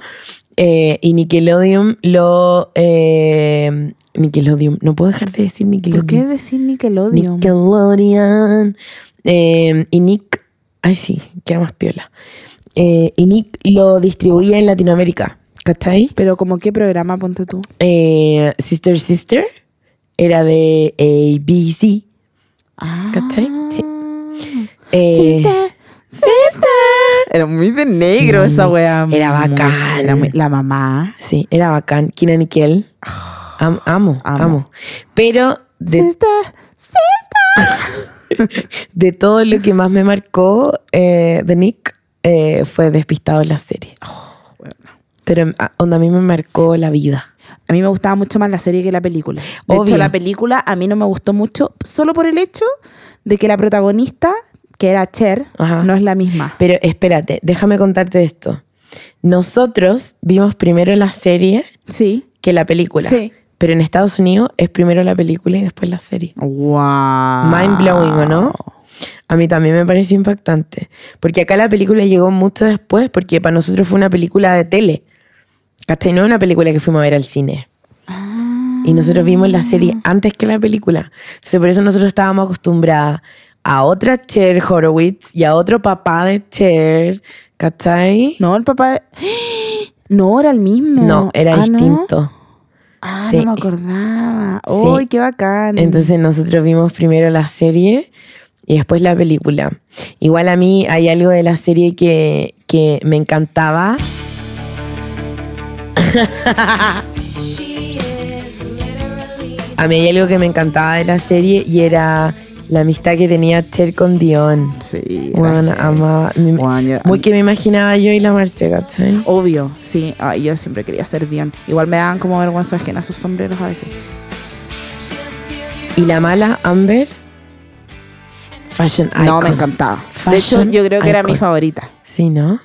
Speaker 3: Eh, y Nickelodeon lo... eh, Nickelodeon, no puedo dejar de decir Nickelodeon.
Speaker 2: ¿Por qué decir Nickelodeon?
Speaker 3: Nickelodeon. Eh, y Nick. Ay, sí, queda más piola. Eh, y Nick lo distribuía en Latinoamérica. ¿Cachai?
Speaker 2: Pero como qué programa ponte tú.
Speaker 3: Eh, Sister Sister era de ABC.
Speaker 2: Ah.
Speaker 3: ¿Cachai? Sí. Eh,
Speaker 2: Sister, sister. Era muy de negro
Speaker 3: Sí.
Speaker 2: esa wea.
Speaker 3: Era
Speaker 2: muy-
Speaker 3: bacán.
Speaker 2: era muy- la mamá.
Speaker 3: sí, era bacán. Kina Nickel. Am- amo, amo,
Speaker 2: Amo.
Speaker 3: Pero de,
Speaker 2: Sister, sister.
Speaker 3: de todo lo que más me marcó eh, de Nick eh, fue despistado en la serie.
Speaker 2: Oh,
Speaker 3: Pero ah, onda, a mí me marcó la vida.
Speaker 2: A mí me gustaba mucho más la serie que la película. De
Speaker 3: Obvio.
Speaker 2: hecho, la película a mí no me gustó mucho solo por el hecho de que la protagonista, que era Cher,
Speaker 3: Ajá.
Speaker 2: no es la misma.
Speaker 3: Pero espérate, déjame contarte esto. Nosotros vimos primero la serie
Speaker 2: Sí.
Speaker 3: que la película.
Speaker 2: Sí.
Speaker 3: Pero en Estados Unidos es primero la película y después la serie.
Speaker 2: Wow.
Speaker 3: Mind blowing, ¿o no? A mí también me pareció impactante. Porque acá la película llegó mucho después, porque para nosotros fue una película de tele. ¿Cachai? No una película que fuimos a ver al cine. Y nosotros vimos la serie antes que la película. Entonces, por eso nosotros estábamos acostumbradas a otra Cher Horowitz y a otro papá de Cher. ¿Cachai?
Speaker 2: No, el papá. de- No, era el mismo.
Speaker 3: No, era
Speaker 2: Ah, ¿no?
Speaker 3: distinto.
Speaker 2: Ah,
Speaker 3: Sí.
Speaker 2: no me acordaba.
Speaker 3: Sí.
Speaker 2: ¡Uy, qué bacán!
Speaker 3: Entonces nosotros vimos primero la serie y después la película. Igual a mí hay algo de la serie que, que me encantaba. a mí hay algo que me encantaba de la serie y era la amistad que tenía Cher con Dion.
Speaker 2: sí. era
Speaker 3: Bueno,
Speaker 2: genial.
Speaker 3: amaba. me-
Speaker 2: Bueno, yo-
Speaker 3: Muy que me imaginaba yo y la Marce, ¿cachai?
Speaker 2: Obvio, sí. Ay, yo siempre quería ser Dion. Igual me daban como vergüenza ajena sus sombreros a veces.
Speaker 3: Y la mala, Amber. Fashion Icon.
Speaker 2: No, me encantaba. De hecho,
Speaker 3: Fashion
Speaker 2: yo creo que era
Speaker 3: icon.
Speaker 2: mi favorita.
Speaker 3: Sí, ¿no?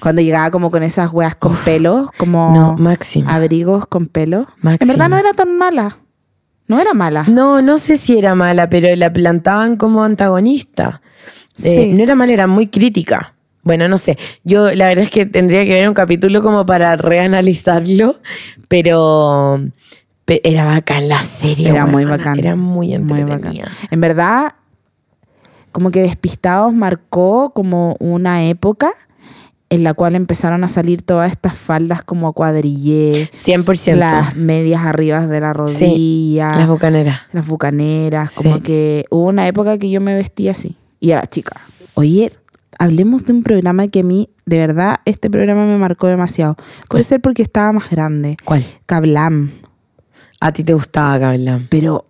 Speaker 2: Cuando llegaba como con esas weas con pelos, como
Speaker 3: No, máxima.
Speaker 2: abrigos con pelo. En
Speaker 3: Máxima.
Speaker 2: verdad no era tan mala. No era mala.
Speaker 3: No, no sé si era mala, pero la plantaban como antagonista. Eh,
Speaker 2: Sí.
Speaker 3: No era mala, era muy crítica. Bueno, no sé. Yo la verdad es que tendría que ver un capítulo como para reanalizarlo, pero pe- era bacán la serie.
Speaker 2: Era muy
Speaker 3: weona.
Speaker 2: bacán.
Speaker 3: Era muy entretenida.
Speaker 2: bacán. En verdad, como que Despistados marcó como una época en la cual empezaron a salir todas estas faldas como cuadrillé,
Speaker 3: 100%.
Speaker 2: las medias arriba de la rodilla,
Speaker 3: Las bucaneras.
Speaker 2: las bucaneras, como
Speaker 3: Sí.
Speaker 2: que hubo una época que yo me vestía así y era chica. Oye, hablemos de un programa que a mí, de verdad, este programa me marcó demasiado. Puede ser porque estaba más grande.
Speaker 3: ¿Cuál?
Speaker 2: Cablam,
Speaker 3: A ti te gustaba, Gabriela.
Speaker 2: pero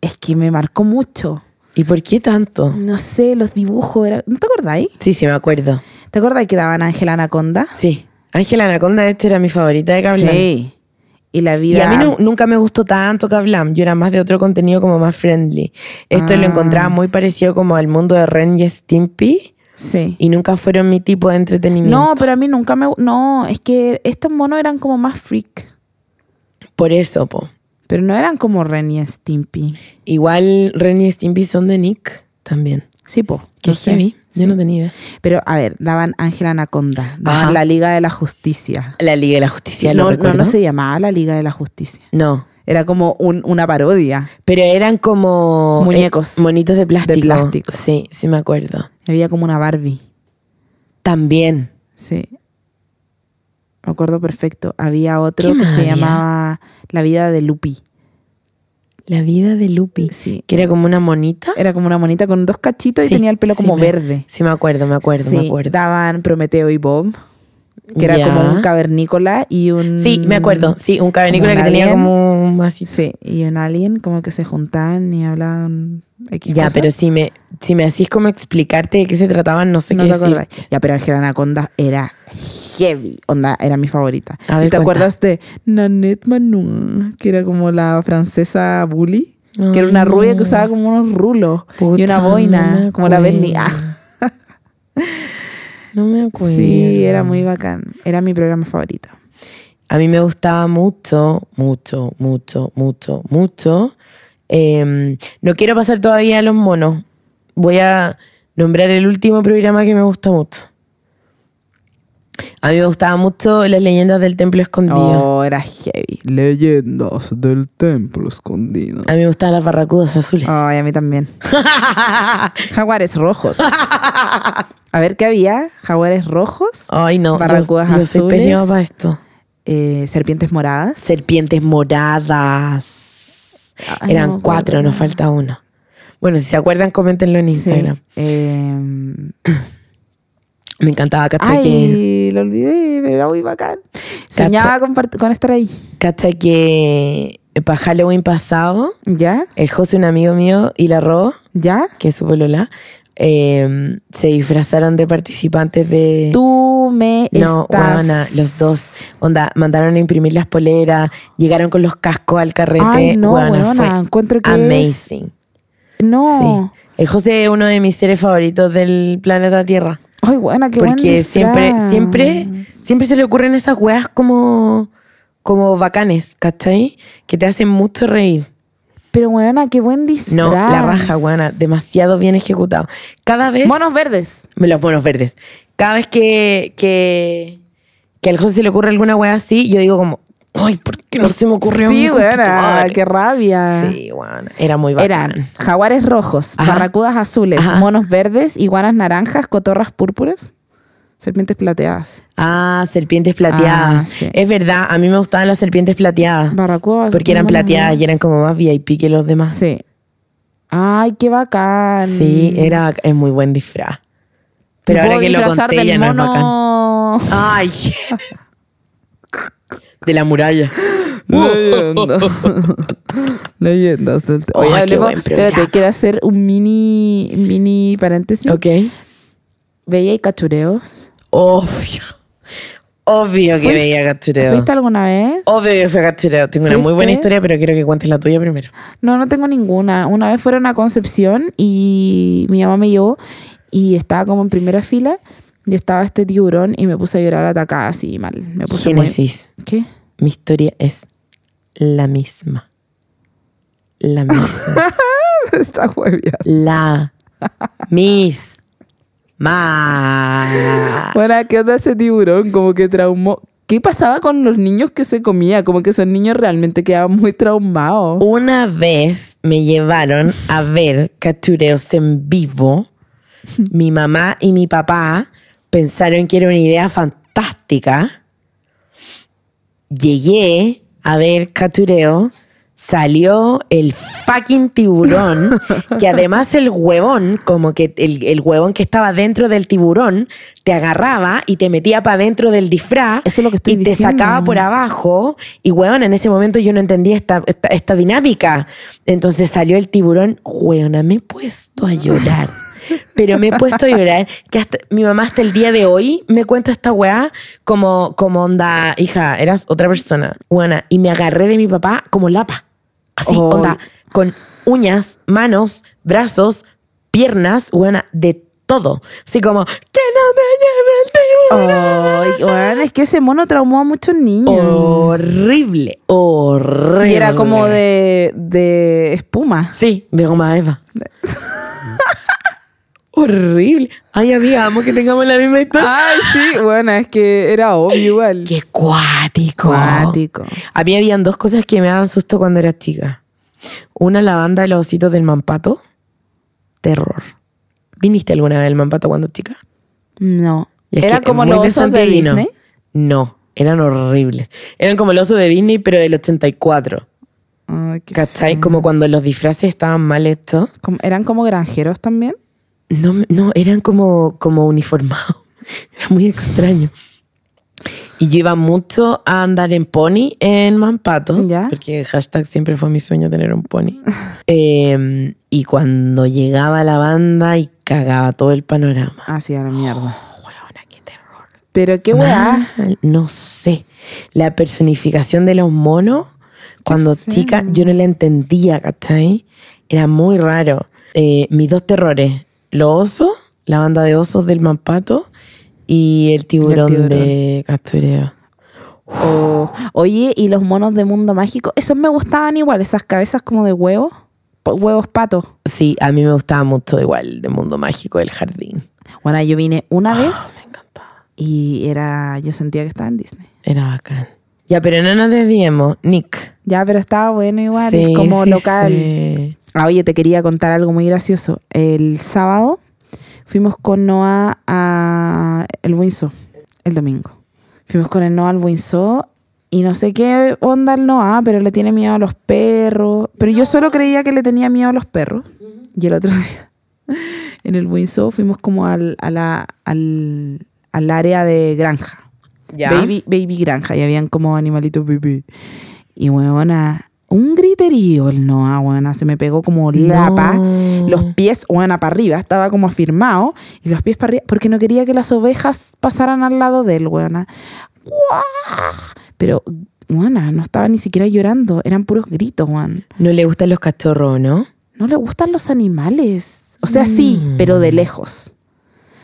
Speaker 2: es que me marcó mucho.
Speaker 3: ¿Y por qué tanto?
Speaker 2: No sé, los dibujos. Era... ¿No te acordáis?
Speaker 3: Sí, sí, me acuerdo.
Speaker 2: ¿Te acordás que daban a Ángela Anaconda?
Speaker 3: Sí. Ángela Anaconda, de hecho, era mi favorita de Gabriela.
Speaker 2: Sí. Y la vida.
Speaker 3: Y a mí nu- nunca me gustó tanto Kablam. Yo era más de otro contenido como más friendly. Esto lo
Speaker 2: Ah.
Speaker 3: encontraba muy parecido como al mundo de Ren y Stimpy.
Speaker 2: Sí.
Speaker 3: Y nunca fueron mi tipo de entretenimiento.
Speaker 2: No, pero a mí nunca me. No, es que estos monos eran como más freak.
Speaker 3: Por eso, po.
Speaker 2: Pero no eran como Ren y Stimpy.
Speaker 3: Igual Ren y Stimpy son de Nick también.
Speaker 2: Sí, po.
Speaker 3: Que
Speaker 2: no sé.
Speaker 3: heavy.
Speaker 2: Sí.
Speaker 3: Yo no tenía idea.
Speaker 2: Pero a ver, daban Ángela Anaconda. Daban
Speaker 3: Ajá.
Speaker 2: la Liga de la Justicia.
Speaker 3: La Liga de la Justicia, lo
Speaker 2: no, no,
Speaker 3: recuerdo.
Speaker 2: no se llamaba la Liga de la Justicia.
Speaker 3: No.
Speaker 2: Era como un- una parodia.
Speaker 3: Pero eran como...
Speaker 2: Muñecos.
Speaker 3: eh, monitos de plástico.
Speaker 2: plástico.
Speaker 3: Sí, sí me acuerdo.
Speaker 2: Había como una Barbie.
Speaker 3: También.
Speaker 2: Sí. me acuerdo perfecto. Había otro
Speaker 3: ¿Qué
Speaker 2: que
Speaker 3: más
Speaker 2: se
Speaker 3: había?
Speaker 2: llamaba La vida de Lupi.
Speaker 3: La vida de Lupi.
Speaker 2: Sí.
Speaker 3: Que era como una monita.
Speaker 2: Era como una monita con dos cachitos
Speaker 3: Sí,
Speaker 2: y tenía el pelo
Speaker 3: sí
Speaker 2: como
Speaker 3: me-
Speaker 2: verde.
Speaker 3: Sí, me acuerdo, me acuerdo,
Speaker 2: Sí,
Speaker 3: me acuerdo.
Speaker 2: Daban Prometeo y Bob, que era
Speaker 3: Ya.
Speaker 2: como un cavernícola y un...
Speaker 3: Sí, me acuerdo. Sí, un cavernícola
Speaker 2: Mm, como
Speaker 3: que
Speaker 2: un
Speaker 3: tenía
Speaker 2: alien.
Speaker 3: como un masito.
Speaker 2: Sí, y un alien como que se juntaban y hablaban X
Speaker 3: Ya,
Speaker 2: cosas.
Speaker 3: pero si me, si me hacís como explicarte de qué se trataban, no sé
Speaker 2: no
Speaker 3: qué
Speaker 2: te
Speaker 3: decir.
Speaker 2: acordás. Ya, pero Ángela Anaconda era heavy. Onda, era mi favorita.
Speaker 3: A ver,
Speaker 2: ¿Y te
Speaker 3: cuenta.
Speaker 2: acuerdas de Nanette Manou? Que era como la francesa bully. que era una
Speaker 3: Ay,
Speaker 2: rubia que
Speaker 3: no.
Speaker 2: usaba como unos rulos y
Speaker 3: Puta,
Speaker 2: una
Speaker 3: no
Speaker 2: boina,
Speaker 3: me
Speaker 2: como la Benny. Ah,
Speaker 3: acuerdo. No me acuerdo.
Speaker 2: sí, era muy bacán. Era mi programa favorito.
Speaker 3: A mí me gustaba mucho, mucho, mucho, mucho, mucho. Em, no quiero pasar todavía a los monos. Voy a nombrar el último programa que me gusta mucho. A mí me gustaba mucho las leyendas del templo escondido.
Speaker 2: Oh, era heavy. Leyendas del templo escondido.
Speaker 3: A mí me gustaban las barracudas azules.
Speaker 2: Ay, a mí también. Jaguares rojos. A ver qué había. Jaguares rojos.
Speaker 3: Ay, no. yo-
Speaker 2: Barracudas
Speaker 3: yo soy
Speaker 2: azules.
Speaker 3: pésima para esto.
Speaker 2: eh, serpientes moradas.
Speaker 3: Serpientes moradas.
Speaker 2: Ay,
Speaker 3: Eran
Speaker 2: no me
Speaker 3: cuatro,
Speaker 2: acuerdo.
Speaker 3: nos falta uno. Bueno, si se acuerdan, coméntenlo en
Speaker 2: Sí,
Speaker 3: Instagram.
Speaker 2: eh,
Speaker 3: Me encantaba, ¿cachai? que-
Speaker 2: ay, lo olvidé, pero era muy bacán. Soñaba con, part- con estar ahí.
Speaker 3: ¿Cachai que para Halloween pasado,
Speaker 2: ¿Ya?
Speaker 3: el José, un amigo mío, y la Ro,
Speaker 2: ¿Ya?
Speaker 3: que es su polola, eh, se disfrazaron de participantes de...
Speaker 2: Tú me
Speaker 3: Eh, no,
Speaker 2: estás.
Speaker 3: huevona, los dos. Onda, mandaron a imprimir las poleras, llegaron con los cascos al carrete.
Speaker 2: Ay, no,
Speaker 3: huevona,
Speaker 2: huevona,
Speaker 3: fue
Speaker 2: encuentro que es-
Speaker 3: Amazing.
Speaker 2: No.
Speaker 3: Sí. El José es uno de mis seres favoritos del planeta Tierra.
Speaker 2: Ay, buena, qué buen
Speaker 3: porque siempre,
Speaker 2: disfraz.
Speaker 3: siempre, siempre se le ocurren esas weas como, como bacanes, ¿cachai? Que te hacen mucho reír.
Speaker 2: Pero, buena, qué buen disfraz.
Speaker 3: No, la raja, weona, demasiado bien ejecutado. Cada vez.
Speaker 2: Monos verdes.
Speaker 3: Los monos verdes. Cada vez que, que, que al José se le ocurre alguna wea así, yo digo como, ay, ¿por qué no se me ocurrió a mí,
Speaker 2: Pues Sí, buena,
Speaker 3: conchetumare?"
Speaker 2: qué rabia.
Speaker 3: Sí, weona, era muy bacán.
Speaker 2: Eran jaguares rojos,
Speaker 3: Ajá.
Speaker 2: barracudas azules,
Speaker 3: Ajá.
Speaker 2: monos verdes, iguanas naranjas, cotorras púrpuras, serpientes plateadas.
Speaker 3: Ah, serpientes plateadas.
Speaker 2: Ah, sí.
Speaker 3: Es verdad, a mí me gustaban las serpientes plateadas.
Speaker 2: Barracudas.
Speaker 3: Ah. Porque eran
Speaker 2: monos
Speaker 3: plateadas y eran como más VIP que los
Speaker 2: verdes.
Speaker 3: demás.
Speaker 2: Sí. Ay, qué bacán.
Speaker 3: Sí, era es muy buen disfraz. Pero
Speaker 2: Me
Speaker 3: ahora
Speaker 2: puedo
Speaker 3: que lo
Speaker 2: disfrazar
Speaker 3: conté
Speaker 2: del
Speaker 3: ya no es bacán.
Speaker 2: mono.
Speaker 3: Ay. De la muralla.
Speaker 2: Leyendas. Leyendas del
Speaker 3: Ay,
Speaker 2: Oye,
Speaker 3: Ah, qué
Speaker 2: hablemos-
Speaker 3: buen programa.
Speaker 2: espérate, quiero hacer un mini, mini paréntesis.
Speaker 3: Ok.
Speaker 2: Bella y cachureos.
Speaker 3: Obvio. Obvio que
Speaker 2: ¿Fuiste-
Speaker 3: veía Gatureo.
Speaker 2: ¿Fuiste alguna vez?
Speaker 3: Obvio que fue Gatureo. Tengo una muy buena
Speaker 2: ¿Fuiste?
Speaker 3: historia, pero quiero que cuentes la tuya primero.
Speaker 2: No, no tengo ninguna. Una vez fueron a Concepción y mi mamá me llevó y estaba como en primera fila y estaba este tiburón y me puse a llorar atacada así mal. Me puse muy-
Speaker 3: Génesis.
Speaker 2: ¿Qué?
Speaker 3: Mi historia es la misma. La misma.
Speaker 2: Está hueviada.
Speaker 3: la misma.
Speaker 2: Bueno, ¿qué onda ese tiburón? Como que traumó. ¿Qué pasaba con los niños que se comía? Como que esos niños realmente quedaban muy traumados.
Speaker 3: Una vez me llevaron a ver Catureos en vivo. Mi mamá y mi papá pensaron que era una idea fantástica. Llegué a ver Catureo. Salió el fucking tiburón, que además el huevón, como que el, el huevón que estaba dentro del tiburón, te agarraba y te metía para dentro del disfraz.
Speaker 2: Eso es lo que estoy
Speaker 3: y te
Speaker 2: diciendo.
Speaker 3: sacaba por abajo. Y huevón, en ese momento yo no entendía esta, esta, esta dinámica. Entonces salió el tiburón, huevona, me he puesto a llorar. Pero me he puesto a llorar que hasta mi mamá hasta el día de hoy me cuenta esta weá como, como onda, hija, eras otra persona, buena. Y me agarré de mi papá como lapa. Así,
Speaker 2: Oh.
Speaker 3: onda, con uñas, manos, brazos, piernas, buena, de todo. Así como, que no me lleve el tiburón.
Speaker 2: Ay, weón, es que ese mono traumó a muchos niños.
Speaker 3: Horrible, horrible.
Speaker 2: y era como de, de espuma.
Speaker 3: Sí, de goma Eva. Horrible. Ay, amiga, amo que tengamos la misma historia.
Speaker 2: Ay, sí, bueno, es que era obvio igual.
Speaker 3: Qué cuático.
Speaker 2: Cuático.
Speaker 3: A mí habían dos cosas que me daban susto cuando era chica. Una, la banda de los ositos del Mampato. Terror. ¿Viniste alguna vez del Mampato cuando chica?
Speaker 2: No.
Speaker 3: Y es
Speaker 2: Era
Speaker 3: que es
Speaker 2: como
Speaker 3: muy
Speaker 2: los osos de
Speaker 3: Santiago y no.
Speaker 2: Disney.
Speaker 3: No. Eran horribles. Eran como el oso de Disney, pero del 84.
Speaker 2: Ay, qué
Speaker 3: ¿Cachai?
Speaker 2: feo.
Speaker 3: Como cuando los disfraces estaban mal hechos.
Speaker 2: Como- ¿Eran como granjeros también?
Speaker 3: No, me- no, eran como, como uniformados. Era muy extraño. Y yo iba mucho a andar en pony en Mampato,
Speaker 2: Ya.
Speaker 3: porque hashtag siempre fue mi sueño tener un pony. Eh, y cuando llegaba la banda y cagaba todo el panorama.
Speaker 2: Ah, sí, a la mierda.
Speaker 3: Oh, huevona, qué terror.
Speaker 2: Pero qué weá.
Speaker 3: Mal, No sé. La personificación de los monos, cuando
Speaker 2: feo.
Speaker 3: chica, yo no la entendía, ¿cachai? Era muy raro. Eh, mis dos terrores, los osos, la banda de osos del Mampato y el tiburón,
Speaker 2: tiburón.
Speaker 3: de Castureo.
Speaker 2: O- oye, y los monos de mundo mágico, esos me gustaban igual, esas cabezas como de huevos, po- huevos patos.
Speaker 3: Sí, a mí me gustaba mucho igual de Mundo Mágico, el jardín.
Speaker 2: Bueno, yo vine una
Speaker 3: Ah,
Speaker 2: vez
Speaker 3: me encantaba.
Speaker 2: y era, yo sentía que estaba en Disney.
Speaker 3: Era bacán. Ya, pero no nos desviemos, Nick.
Speaker 2: Ya, pero estaba bueno igual,
Speaker 3: Sí,
Speaker 2: es como
Speaker 3: sí,
Speaker 2: local.
Speaker 3: sí.
Speaker 2: Ah, oye, te quería contar algo muy gracioso. El sábado fuimos con Noah a el Windsor, el domingo. Fuimos con el Noah al Windsor y no sé qué onda el Noah, pero le tiene miedo a los perros. Pero yo solo creía que le tenía miedo a los perros. Y el otro día en el Windsor fuimos como al, a la- al, al área de granja.
Speaker 3: Ya.
Speaker 2: Baby, baby granja, y habían como animalitos baby. Y huevona, un griterío el Noah, huevona, se me pegó como lapa.
Speaker 3: No.
Speaker 2: Los pies, huevona, para arriba, estaba como afirmado. Y los pies para arriba, porque no quería que las ovejas pasaran al lado de él, huevona. ¡Guau! Pero, huevona, no estaba ni siquiera llorando, eran puros gritos, huevón.
Speaker 3: No le gustan los cachorros, ¿no?
Speaker 2: No le gustan los animales. O sea, sí, pero de lejos.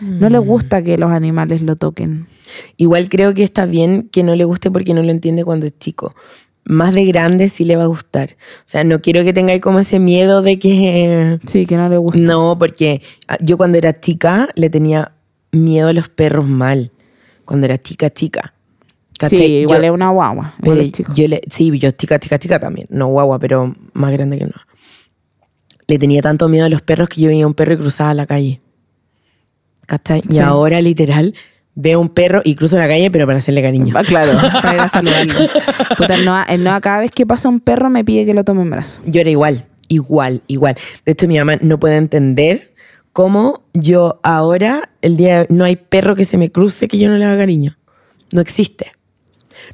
Speaker 2: No
Speaker 3: Mm.
Speaker 2: le gusta que los animales lo toquen.
Speaker 3: Igual creo que está bien que no le guste porque no lo entiende cuando es chico. Más de grande sí le va a gustar. O sea, no quiero que tengáis como ese miedo de que...
Speaker 2: Sí, que no le gusta.
Speaker 3: No, porque ah, yo cuando era chica le tenía miedo a los perros mal. Cuando era chica, chica. ¿Cachai?
Speaker 2: Sí, igual
Speaker 3: Yo-
Speaker 2: es una guagua.
Speaker 3: pero
Speaker 2: igual es chico.
Speaker 3: Yo le, sí, yo chica, chica, chica también. No guagua, pero más grande que no. Le tenía tanto miedo a los perros que yo veía un perro y cruzaba la calle. ¿Cachai? Y
Speaker 2: Sí.
Speaker 3: ahora, literal, veo un perro y cruzo la calle, pero para hacerle cariño.
Speaker 2: Ah, claro, para ir a saludarlo. Puta, el Noah, el Noah cada vez que pasa un perro me pide que lo tome en brazo.
Speaker 3: Yo era igual, igual, igual. De hecho, mi mamá no puede entender cómo yo ahora, el día de- no hay perro que se me cruce que yo no le haga cariño. No existe.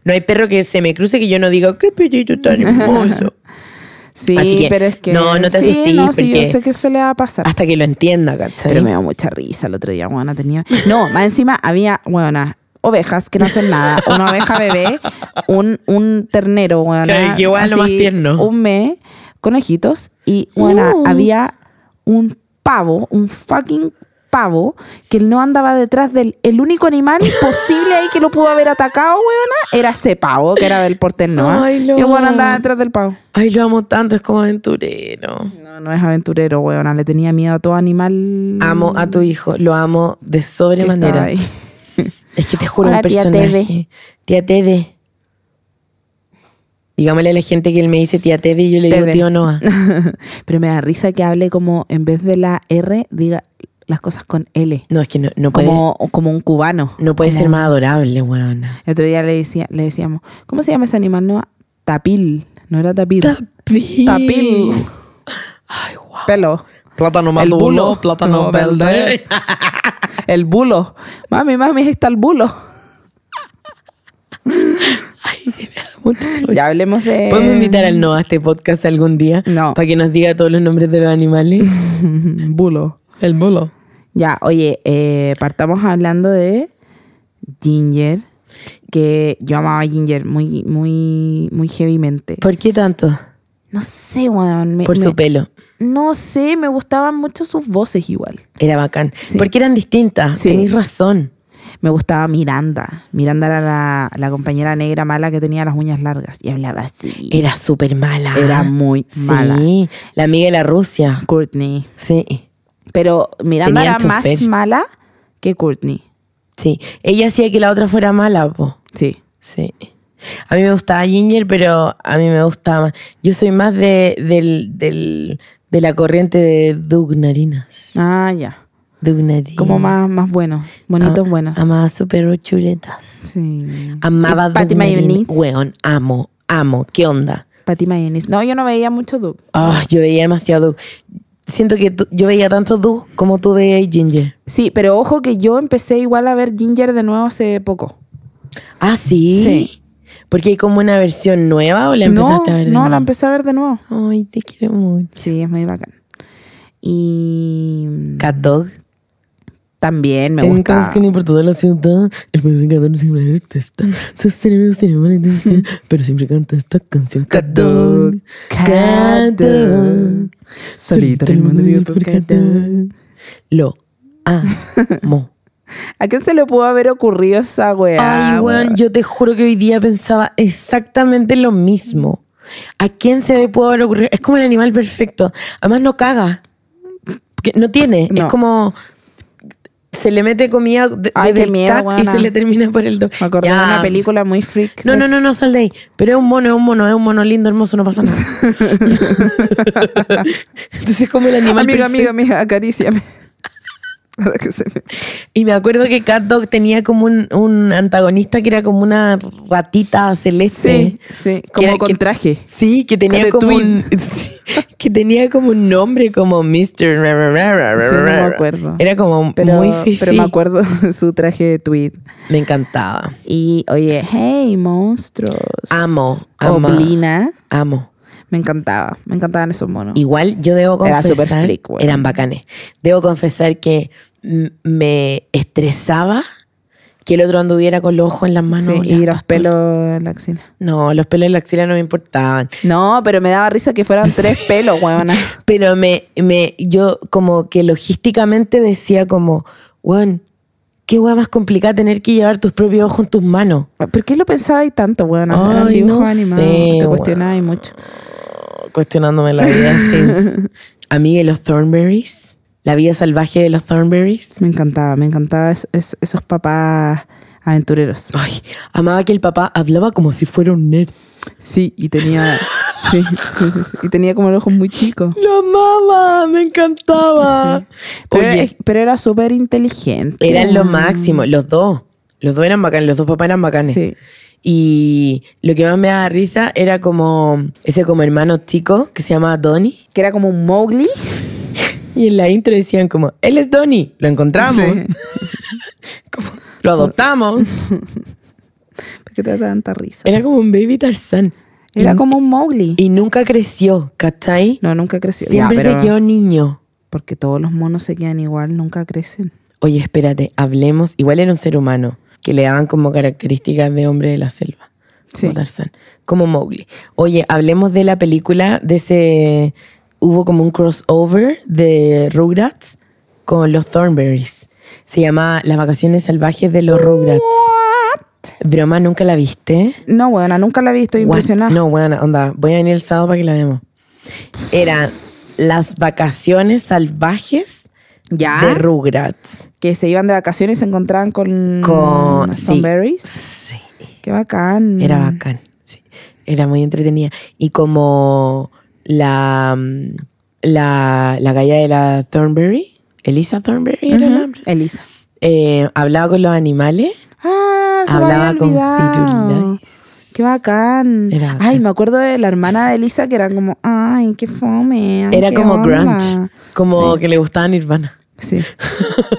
Speaker 3: No hay perro que se me cruce que yo no diga, qué pellito tan hermoso.
Speaker 2: Sí,
Speaker 3: Así que,
Speaker 2: pero es que.
Speaker 3: no, no te
Speaker 2: sí,
Speaker 3: asustís,
Speaker 2: no, sí,
Speaker 3: porque-
Speaker 2: yo sé que se le va a pasar.
Speaker 3: Hasta que lo entienda, ¿cachai?
Speaker 2: Pero me da mucha risa el otro día, bueno, tenía. No, más encima había, bueno, ovejas que no hacen nada. Una oveja bebé, un, un ternero, bueno.
Speaker 3: Claro, que igual lo más tierno. Uh.
Speaker 2: Un mes, conejitos. Y, bueno,
Speaker 3: No.
Speaker 2: había un pavo, un fucking pavo, que él no andaba detrás del. El único animal posible ahí que lo pudo haber atacado, weona, era ese pavo, que era del portel Noah.
Speaker 3: Ay,
Speaker 2: Y
Speaker 3: lo
Speaker 2: el bueno andaba
Speaker 3: amo.
Speaker 2: detrás del pavo.
Speaker 3: Ay, lo amo tanto, es como aventurero.
Speaker 2: No, no es aventurero, weona. Le tenía miedo a todo animal.
Speaker 3: Amo a tu hijo, lo amo
Speaker 2: que
Speaker 3: de
Speaker 2: estaba
Speaker 3: sobremanera.
Speaker 2: ahí.
Speaker 3: Es que te juro
Speaker 2: Hola,
Speaker 3: un
Speaker 2: tía
Speaker 3: personaje.
Speaker 2: Tede.
Speaker 3: Tía Tede. Dígamele a la gente que él me dice tía Tede y yo le digo
Speaker 2: Tede.
Speaker 3: tío Noah.
Speaker 2: Pero me da risa que hable como, en vez de la R, diga las cosas con L.
Speaker 3: No, es que no, no puede,
Speaker 2: Como, o como un cubano.
Speaker 3: no puede
Speaker 2: Como-
Speaker 3: ser más adorable, weona.
Speaker 2: El otro día le, decía, le decíamos, ¿cómo se llama ese animal? No, tapil. No era tapil.
Speaker 3: Tapil.
Speaker 2: Tapil.
Speaker 3: Ay, guau.
Speaker 2: Pelo.
Speaker 3: Plátano
Speaker 2: El
Speaker 3: maduro,
Speaker 2: bulo.
Speaker 3: plátano
Speaker 2: No,
Speaker 3: verde.
Speaker 2: verde. El bulo. Mami, mami, ahí está el bulo.
Speaker 3: Mucha
Speaker 2: Ya
Speaker 3: risa.
Speaker 2: hablemos de...
Speaker 3: Pues Podemos invitar al Noah a este podcast algún día
Speaker 2: No.
Speaker 3: para que nos diga todos los nombres de los animales.
Speaker 2: bulo.
Speaker 3: El bolo.
Speaker 2: Ya, oye, eh, partamos hablando de Ginger. Que yo amaba a Ginger muy, muy, muy heavymente.
Speaker 3: ¿Por qué tanto?
Speaker 2: No sé, weón. me-
Speaker 3: Por su
Speaker 2: me-
Speaker 3: pelo.
Speaker 2: No sé, me gustaban mucho sus voces igual.
Speaker 3: Era bacán.
Speaker 2: Sí.
Speaker 3: Porque eran distintas.
Speaker 2: Sí.
Speaker 3: Tenéis razón.
Speaker 2: Me gustaba Miranda. Miranda era la, la compañera negra mala que tenía las uñas largas y hablaba así.
Speaker 3: Era súper mala.
Speaker 2: Era muy
Speaker 3: sí.
Speaker 2: mala.
Speaker 3: La amiga de la Rusia.
Speaker 2: Courtney.
Speaker 3: Sí.
Speaker 2: Pero Miranda
Speaker 3: Tenía
Speaker 2: era más
Speaker 3: chofer.
Speaker 2: mala que Courtney.
Speaker 3: Sí. Ella hacía que la otra fuera mala, po.
Speaker 2: Sí.
Speaker 3: Sí. A mí me gustaba Ginger, pero a mí me gustaba más. Yo soy más de, del, del- de la corriente de Doug Narinas.
Speaker 2: Ah, ya.
Speaker 3: de una tía.
Speaker 2: Como más, más buenos, bonitos,
Speaker 3: Am-
Speaker 2: buenos.
Speaker 3: Ah, Amaba super chuletas.
Speaker 2: Sí.
Speaker 3: Amaba
Speaker 2: Y Patty
Speaker 3: Dumarín.
Speaker 2: Mayonnaise.
Speaker 3: Weón, amo, amo. ¿Qué onda?
Speaker 2: Patty Mayonnaise. No, yo no veía mucho Duke.
Speaker 3: Ah, yo veía demasiado Doug. Siento que tú- yo veía tanto Doug como tú veías Ginger.
Speaker 2: Sí, pero ojo que yo empecé igual a ver Ginger de nuevo hace poco.
Speaker 3: Ah, sí.
Speaker 2: Sí.
Speaker 3: Porque hay como una versión nueva o la empezaste
Speaker 2: no,
Speaker 3: a ver de
Speaker 2: no,
Speaker 3: nuevo?
Speaker 2: la empecé a ver de nuevo.
Speaker 3: Ay, te quiero mucho.
Speaker 2: Sí, es muy bacán. Y
Speaker 3: Cat Dog.
Speaker 2: también me gusta.
Speaker 3: que ni por toda la ciudad, el predicador siempre detesta. Sus cerebros tienen mala intención, pero siempre canta esta canción. Cat Dog. Cat Dog.
Speaker 2: Solito en el mundo vive por Cat Dog.
Speaker 3: Lo amo.
Speaker 2: ¿A quién se le pudo haber ocurrido esa weá?
Speaker 3: Ay, weón, yo te juro que hoy día pensaba exactamente lo mismo. ¿A quién se le puede haber ocurrido? Es como el animal perfecto. Además no caga. Porque no tiene.
Speaker 2: No.
Speaker 3: Es como... Se le mete comida de,
Speaker 2: Ay,
Speaker 3: desde
Speaker 2: qué
Speaker 3: el
Speaker 2: miedo,
Speaker 3: tac y
Speaker 2: weona.
Speaker 3: se le termina por el dos.
Speaker 2: Me acordé de una película muy freak.
Speaker 3: No,
Speaker 2: de
Speaker 3: no,
Speaker 2: eso.
Speaker 3: no, no, sal de ahí. Pero es un mono, es un mono, es un mono lindo, hermoso, no pasa nada. Entonces es como el animal
Speaker 2: Amiga,
Speaker 3: perfecto.
Speaker 2: amiga, amiga, acaríciame. Para que se me-
Speaker 3: Y me acuerdo que Cat Dog tenía como un, un antagonista que era como una ratita celeste.
Speaker 2: Sí, sí,
Speaker 3: Que
Speaker 2: como
Speaker 3: era-
Speaker 2: con
Speaker 3: que-
Speaker 2: traje.
Speaker 3: Sí, que tenía como un, que tenía como un nombre como Mr. Sí,
Speaker 2: Sí, no me acuerdo.
Speaker 3: Era como
Speaker 2: Pero,
Speaker 3: muy fifi.
Speaker 2: pero me acuerdo de su traje de tweed.
Speaker 3: Me encantaba.
Speaker 2: Y oye, hey, monstruos.
Speaker 3: Amo, ama.
Speaker 2: Oblina.
Speaker 3: Amo.
Speaker 2: Me encantaba. Me encantaban esos monos.
Speaker 3: Igual yo debo
Speaker 2: Era
Speaker 3: confesar,
Speaker 2: súper freak, weón.
Speaker 3: eran bacanes. Debo confesar que mm, me estresaba que el otro anduviera con los ojos en las manos.
Speaker 2: Sí,
Speaker 3: las
Speaker 2: y los
Speaker 3: pastas.
Speaker 2: pelos en la axila.
Speaker 3: No, los pelos en la axila no me importaban.
Speaker 2: No, pero me daba risa que fueran tres pelos, huevona.
Speaker 3: Pero me, me, yo como que logísticamente decía como, weón, qué weá más complicada tener que llevar tus propios ojos en tus manos.
Speaker 2: ¿Por qué lo pensabais tanto, huevona? O sea, eran
Speaker 3: Ay,
Speaker 2: dibujos
Speaker 3: no
Speaker 2: animados.
Speaker 3: sé,
Speaker 2: te
Speaker 3: huevona.
Speaker 2: cuestionabais mucho.
Speaker 3: Cuestionándome la vida sin... A mí de los Thornberries, la vida salvaje de los Thornberries.
Speaker 2: Me encantaba, me encantaba es- es- esos papás aventureros.
Speaker 3: Ay, amaba que el papá hablaba como si fuera un nerd.
Speaker 2: Sí, y tenía. sí, sí, sí, sí. Y tenía como los ojos muy chicos.
Speaker 3: Lo amaba, me encantaba. Eh,
Speaker 2: Sí. Pero,
Speaker 3: Oye,
Speaker 2: era- pero era súper inteligente.
Speaker 3: eran lo
Speaker 2: huevona.
Speaker 3: máximo, los dos. Los dos eran bacanes, los dos papás eran bacanes.
Speaker 2: Sí.
Speaker 3: Y lo que más me daba risa era como ese como hermano chico que se llamaba Donnie.
Speaker 2: Que era como un Mowgli.
Speaker 3: Y en la intro decían como, él es Donnie, lo encontramos,
Speaker 2: Sí.
Speaker 3: Como, lo adoptamos.
Speaker 2: ¿Por qué te da tanta risa?
Speaker 3: Era como un baby Tarzán.
Speaker 2: Era
Speaker 3: Y-
Speaker 2: como un Mowgli.
Speaker 3: Y nunca creció, ¿cachai?
Speaker 2: No, nunca creció. Ya,
Speaker 3: Siempre
Speaker 2: pero-
Speaker 3: se quedó niño.
Speaker 2: Porque todos los monos se quedan igual, nunca crecen.
Speaker 3: Oye, espérate, hablemos. Igual era un ser humano, que le daban como características de hombre de la selva.
Speaker 2: Sí.
Speaker 3: Como Tarzán, como Mowgli. Oye, hablemos de la película, de ese... Hubo como un crossover de Rugrats con los Thornberries. Se llama Las vacaciones salvajes de los Rugrats. Broma, ¿nunca la viste?
Speaker 2: No, bueno, nunca la vi, estoy
Speaker 3: What?
Speaker 2: impresionada.
Speaker 3: No, bueno, onda, voy a venir el sábado para que la veamos. Eran las vacaciones salvajes
Speaker 2: Ya.
Speaker 3: de Rugrats.
Speaker 2: Que se iban de vacaciones y se encontraban con, Mm,
Speaker 3: Con. sí,
Speaker 2: Sunberries.
Speaker 3: Sí,
Speaker 2: Qué bacán.
Speaker 3: era bacán. sí. Era muy entretenida. Y como la. mm, La, la galla de la Thornberry, Elisa Thornberry era la
Speaker 2: Ujú.
Speaker 3: nombre.
Speaker 2: Elisa.
Speaker 3: Eh, hablaba con los animales.
Speaker 2: Ah, se me
Speaker 3: Hablaba
Speaker 2: había
Speaker 3: con
Speaker 2: olvidado.
Speaker 3: Firulais.
Speaker 2: Qué bacán.
Speaker 3: Era bacán.
Speaker 2: Ay, me acuerdo de la hermana de Elisa que era como, ay, qué fome. ay,
Speaker 3: Era
Speaker 2: qué
Speaker 3: como
Speaker 2: onda".
Speaker 3: grunge, como que le gustaba Nirvana.
Speaker 2: Sí.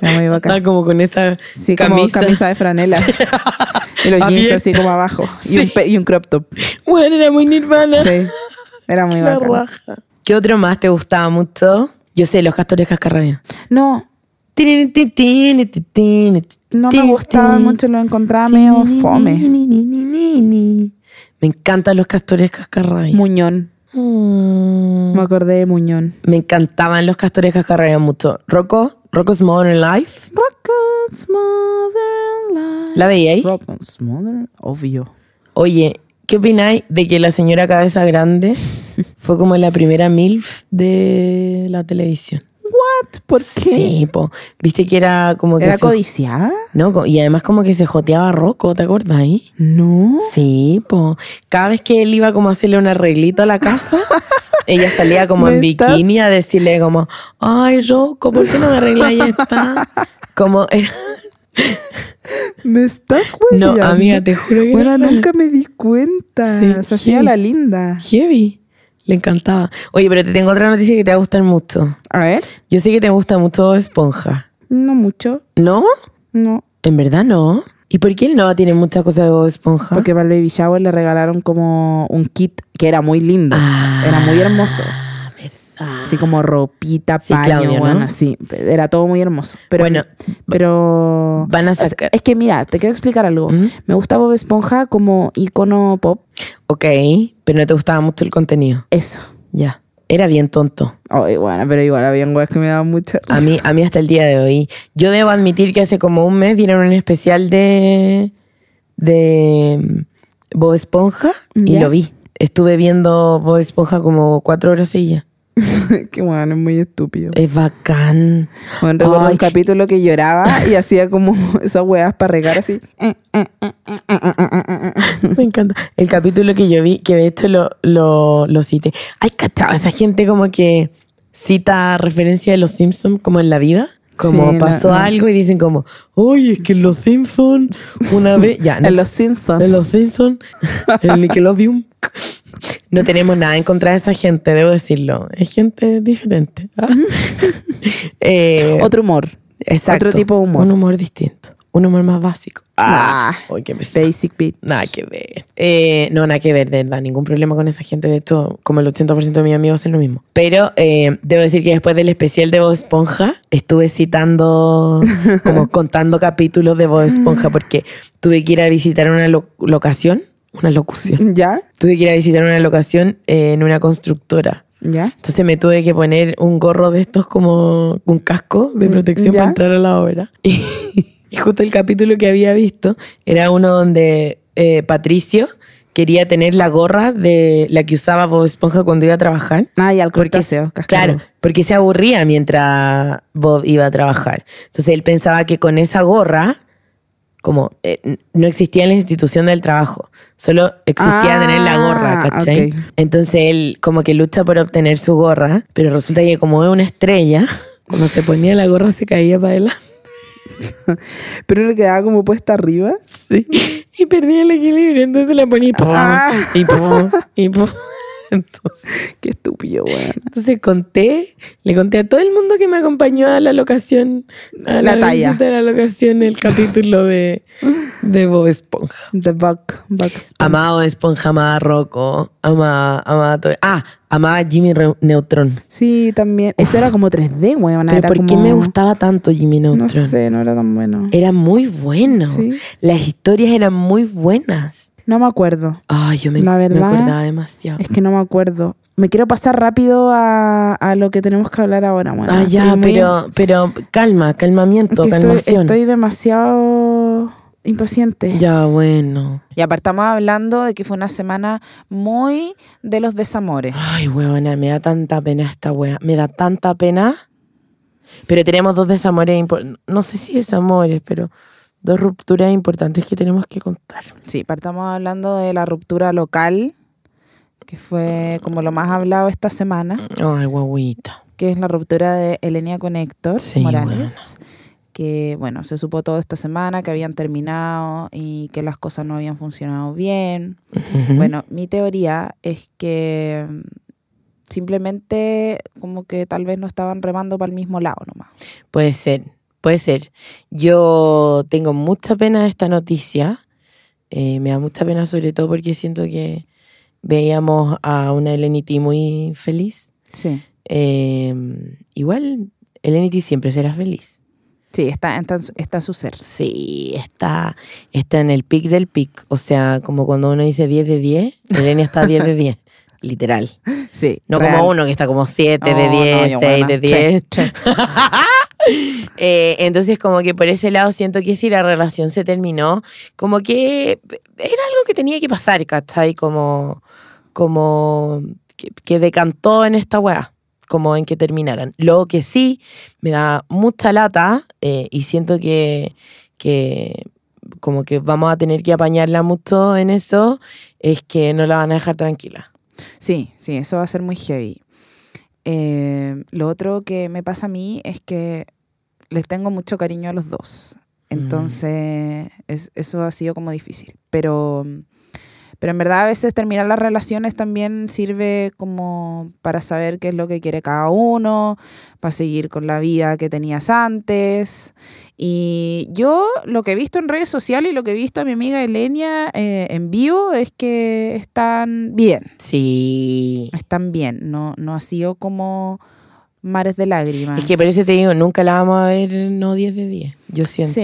Speaker 2: Era muy
Speaker 3: Estaba
Speaker 2: bacán.
Speaker 3: como con esa
Speaker 2: Sí,
Speaker 3: camisa.
Speaker 2: como camisa de franela. Y los jeans
Speaker 3: Abierta.
Speaker 2: así como abajo. Y, un,
Speaker 3: Sí.
Speaker 2: pe- y un crop top.
Speaker 3: Bueno, era muy Nirvana.
Speaker 2: Sí. Era muy
Speaker 3: La
Speaker 2: bacán.
Speaker 3: raja. ¿Qué otro más te gustaba mucho? Yo sé, los castores cascarrabias.
Speaker 2: No, no
Speaker 3: No
Speaker 2: me gustaban mucho, lo encontraba medio fome.
Speaker 3: Me encantan los castores cascarrabias.
Speaker 2: Muñón.
Speaker 3: Mm.
Speaker 2: Me acordé de Muñón.
Speaker 3: Me encantaban los castores cascarrabias mucho. Rocco, Rocco's Modern Life.
Speaker 2: Rocket's Mother Life.
Speaker 3: ¿La veía ahí?
Speaker 2: Rocket's Mother, obvio.
Speaker 3: Oye, ¿qué opináis de que la señora Cabeza Grande fue como la primera MILF de la televisión?
Speaker 2: What? ¿Por qué?
Speaker 3: Sí, po. Viste que era como que.
Speaker 2: ¿Era
Speaker 3: se-
Speaker 2: codiciada?
Speaker 3: No, co- y además como que se joteaba a Rocco, ¿te acuerdas ahí?
Speaker 2: No.
Speaker 3: Sí, po. Cada vez que él iba como a hacerle un arreglito a la casa, ella salía como
Speaker 2: ¿Me
Speaker 3: en
Speaker 2: estás?
Speaker 3: bikini a decirle como, ay, Rocco, ¿por qué no me arregláis esta? Como, era-
Speaker 2: ¿Me estás
Speaker 3: no,
Speaker 2: hueviando?
Speaker 3: amiga, te juro que
Speaker 2: Bueno,
Speaker 3: era
Speaker 2: nunca me di cuenta.
Speaker 3: Sí,
Speaker 2: Se hacía
Speaker 3: sí.
Speaker 2: la linda.
Speaker 3: heavy. Le encantaba. Oye, pero te tengo otra noticia que te va a gustar mucho.
Speaker 2: A ver.
Speaker 3: Yo sé que te gusta mucho Esponja.
Speaker 2: No mucho.
Speaker 3: ¿No?
Speaker 2: No.
Speaker 3: En verdad no. ¿Y por qué no tiene muchas cosas de Bob Esponja?
Speaker 2: Porque para el baby shower le regalaron como un kit que era muy lindo.
Speaker 3: Ah.
Speaker 2: Era muy hermoso.
Speaker 3: verdad.
Speaker 2: Así como ropita,
Speaker 3: Sí,
Speaker 2: paño,
Speaker 3: Claudio, ¿no?
Speaker 2: bueno, así. Era todo muy hermoso. Pero,
Speaker 3: Bueno,
Speaker 2: pero...
Speaker 3: van a
Speaker 2: o sea,
Speaker 3: sacar-
Speaker 2: es que mira, te quiero explicar algo.
Speaker 3: ¿Mm?
Speaker 2: Me gusta Bob Esponja como icono pop.
Speaker 3: Ok, pero no te gustaba mucho el contenido.
Speaker 2: Eso.
Speaker 3: Ya. Era bien tonto.
Speaker 2: Ay, bueno, pero igual había weas que me daban mucha risa.
Speaker 3: A mí, a mí hasta el día de hoy. Yo debo admitir que hace como un mes dieron un especial de, de mm, Bob Esponja y
Speaker 2: Ya.
Speaker 3: lo vi. Estuve viendo Bob Esponja como cuatro horas seguidas.
Speaker 2: que bueno, es muy estúpido.
Speaker 3: Es bacán.
Speaker 2: Bueno, recuerdo
Speaker 3: Ay,
Speaker 2: un capítulo que lloraba y hacía como esas weas para regar así. Eh, eh, eh, eh, eh, eh, eh, eh, eh.
Speaker 3: Me encanta. El capítulo que yo vi, que de hecho lo, lo, lo cité. Ay, cachado, esa gente como que cita referencia de los Simpsons como en la vida. Como
Speaker 2: Sí, la-
Speaker 3: pasó
Speaker 2: la-
Speaker 3: algo y dicen como, oye, es que en los Simpsons una vez... Ya, no,
Speaker 2: En los Simpsons.
Speaker 3: en los Simpsons, en Nickelodeon. No tenemos nada en contra de esa gente, debo decirlo. Es gente diferente. Eh,
Speaker 2: Otro humor.
Speaker 3: exacto.
Speaker 2: otro tipo de humor.
Speaker 3: Un humor distinto. Un humor más básico.
Speaker 2: Ah.
Speaker 3: Ay, qué pesado.
Speaker 2: Basic beat.
Speaker 3: Nada que ver. Eh, no, nada que ver, de verdad. Ningún problema con esa gente. De hecho, como el 80% de mis amigos hacen lo mismo. Pero eh, debo decir que después del especial de Bob Esponja, estuve citando, como contando capítulos de Bob Esponja, porque tuve que ir a visitar una lo- locación, una locución.
Speaker 2: ¿Ya?
Speaker 3: Tuve que ir a visitar una locación eh, en una constructora.
Speaker 2: ¿Ya?
Speaker 3: Entonces me tuve que poner un gorro de estos como un casco de protección
Speaker 2: Mm, ¿Ya?
Speaker 3: para entrar a la obra. Y, justo el capítulo que había visto era uno donde eh, Patricio quería tener la gorra de la que usaba Bob Esponja cuando iba a trabajar.
Speaker 2: Ah, y al
Speaker 3: Porque,
Speaker 2: crustáceo, cascaro.
Speaker 3: claro, porque se aburría mientras Bob iba a trabajar. Entonces él pensaba que con esa gorra, como eh, n- no existía la institución del trabajo, solo existía
Speaker 2: Ah,
Speaker 3: tener la gorra, ¿cachai?
Speaker 2: ok.
Speaker 3: Entonces él como que lucha por obtener su gorra, pero resulta que como es una estrella, cuando se ponía la gorra se caía para adelante.
Speaker 2: Pero le quedaba como puesta arriba.
Speaker 3: Y perdía el equilibrio, entonces la ponía y pum,
Speaker 2: Ah.
Speaker 3: y pum, y pum. Entonces,
Speaker 2: Qué estúpido, weón.
Speaker 3: Entonces conté, le conté a todo el mundo que me acompañó a la locación, a la,
Speaker 2: La talla.
Speaker 3: visita a la locación, el capítulo de, de Bob Esponja.
Speaker 2: The Buck. Buck Sp-
Speaker 3: Amaba Bob Esponja, amaba a Rocco, amaba, amaba todo. Ah, amaba a Jimmy Re- Neutron.
Speaker 2: Sí, también. Eso era como 3D, weón.
Speaker 3: Pero
Speaker 2: era
Speaker 3: ¿por qué
Speaker 2: como-
Speaker 3: me gustaba tanto Eh. Jimmy
Speaker 2: No
Speaker 3: Neutron?
Speaker 2: sé, no era tan bueno.
Speaker 3: Era muy bueno.
Speaker 2: Sí.
Speaker 3: Las historias eran muy buenas.
Speaker 2: No me acuerdo.
Speaker 3: Ay, yo me,
Speaker 2: La
Speaker 3: me
Speaker 2: verdad-
Speaker 3: acordaba demasiado.
Speaker 2: Es que no me acuerdo. Me quiero pasar rápido a, a lo que tenemos que hablar ahora. Bueno,
Speaker 3: ah, ya,
Speaker 2: estoy muy-
Speaker 3: pero, pero calma, calmamiento,
Speaker 2: que estoy,
Speaker 3: calmación.
Speaker 2: estoy demasiado impaciente.
Speaker 3: Ya, bueno.
Speaker 2: Y aparte estamos hablando de que fue una semana muy de los desamores.
Speaker 3: Ay, huevona, me da tanta pena esta wea. Me da tanta pena. Pero tenemos dos desamores importantes. No sé si desamores, pero dos rupturas importantes que tenemos que contar.
Speaker 2: Sí, partamos hablando de la ruptura local, que fue como lo más hablado esta semana,
Speaker 3: Ay, guaguita.
Speaker 2: que es la ruptura de Elenia con Héctor
Speaker 3: Sí,
Speaker 2: Morales. Que bueno, se supo todo esta semana que habían terminado y que las cosas no habían funcionado bien. Bueno, mi teoría es que mm, simplemente como que tal vez no estaban remando para el mismo lado nomás.
Speaker 3: Puede ser, puede ser. Yo tengo mucha pena de esta noticia. Eh, me da mucha pena sobre todo porque siento que veíamos a una Elenity muy feliz.
Speaker 2: Sí.
Speaker 3: Eh, igual, Elenity siempre será feliz.
Speaker 2: Sí, está, está, en su- está en su ser.
Speaker 3: Sí, está, está en el pic del pic. O sea, como cuando uno dice 10 de 10, Elenia está 10 de 10. Literal.
Speaker 2: Sí.
Speaker 3: No
Speaker 2: real.
Speaker 3: como uno que está como 7 de
Speaker 2: Oh,
Speaker 3: 10,
Speaker 2: no, yo,
Speaker 3: 6
Speaker 2: buena. Sí,
Speaker 3: de 10. Eh, entonces, como que por ese lado siento que si la relación se terminó, como que era algo que tenía que pasar, ¿cachai? Como, como que, que decantó en esta weá, como en que terminaran. Lo que sí me da mucha lata eh, y siento que, que como que vamos a tener que apañarla mucho en eso, es que no la van a dejar tranquila.
Speaker 2: Sí, sí, eso va a ser muy heavy. Eh, lo otro que me pasa a mí es que les tengo mucho cariño a los dos. Entonces, es- eso ha sido como difícil. Pero, pero en verdad a veces terminar las relaciones también sirve como para saber qué es lo que quiere cada uno, para seguir con la vida que tenías antes. Y yo lo que he visto en redes sociales y lo que he visto a mi amiga Elenia eh, en vivo es que están bien,
Speaker 3: Sí.
Speaker 2: están bien. No, no ha sido como mares de lágrimas.
Speaker 3: Es que por eso te digo, nunca la vamos a ver no 10 de 10. Yo siento.
Speaker 2: Sí.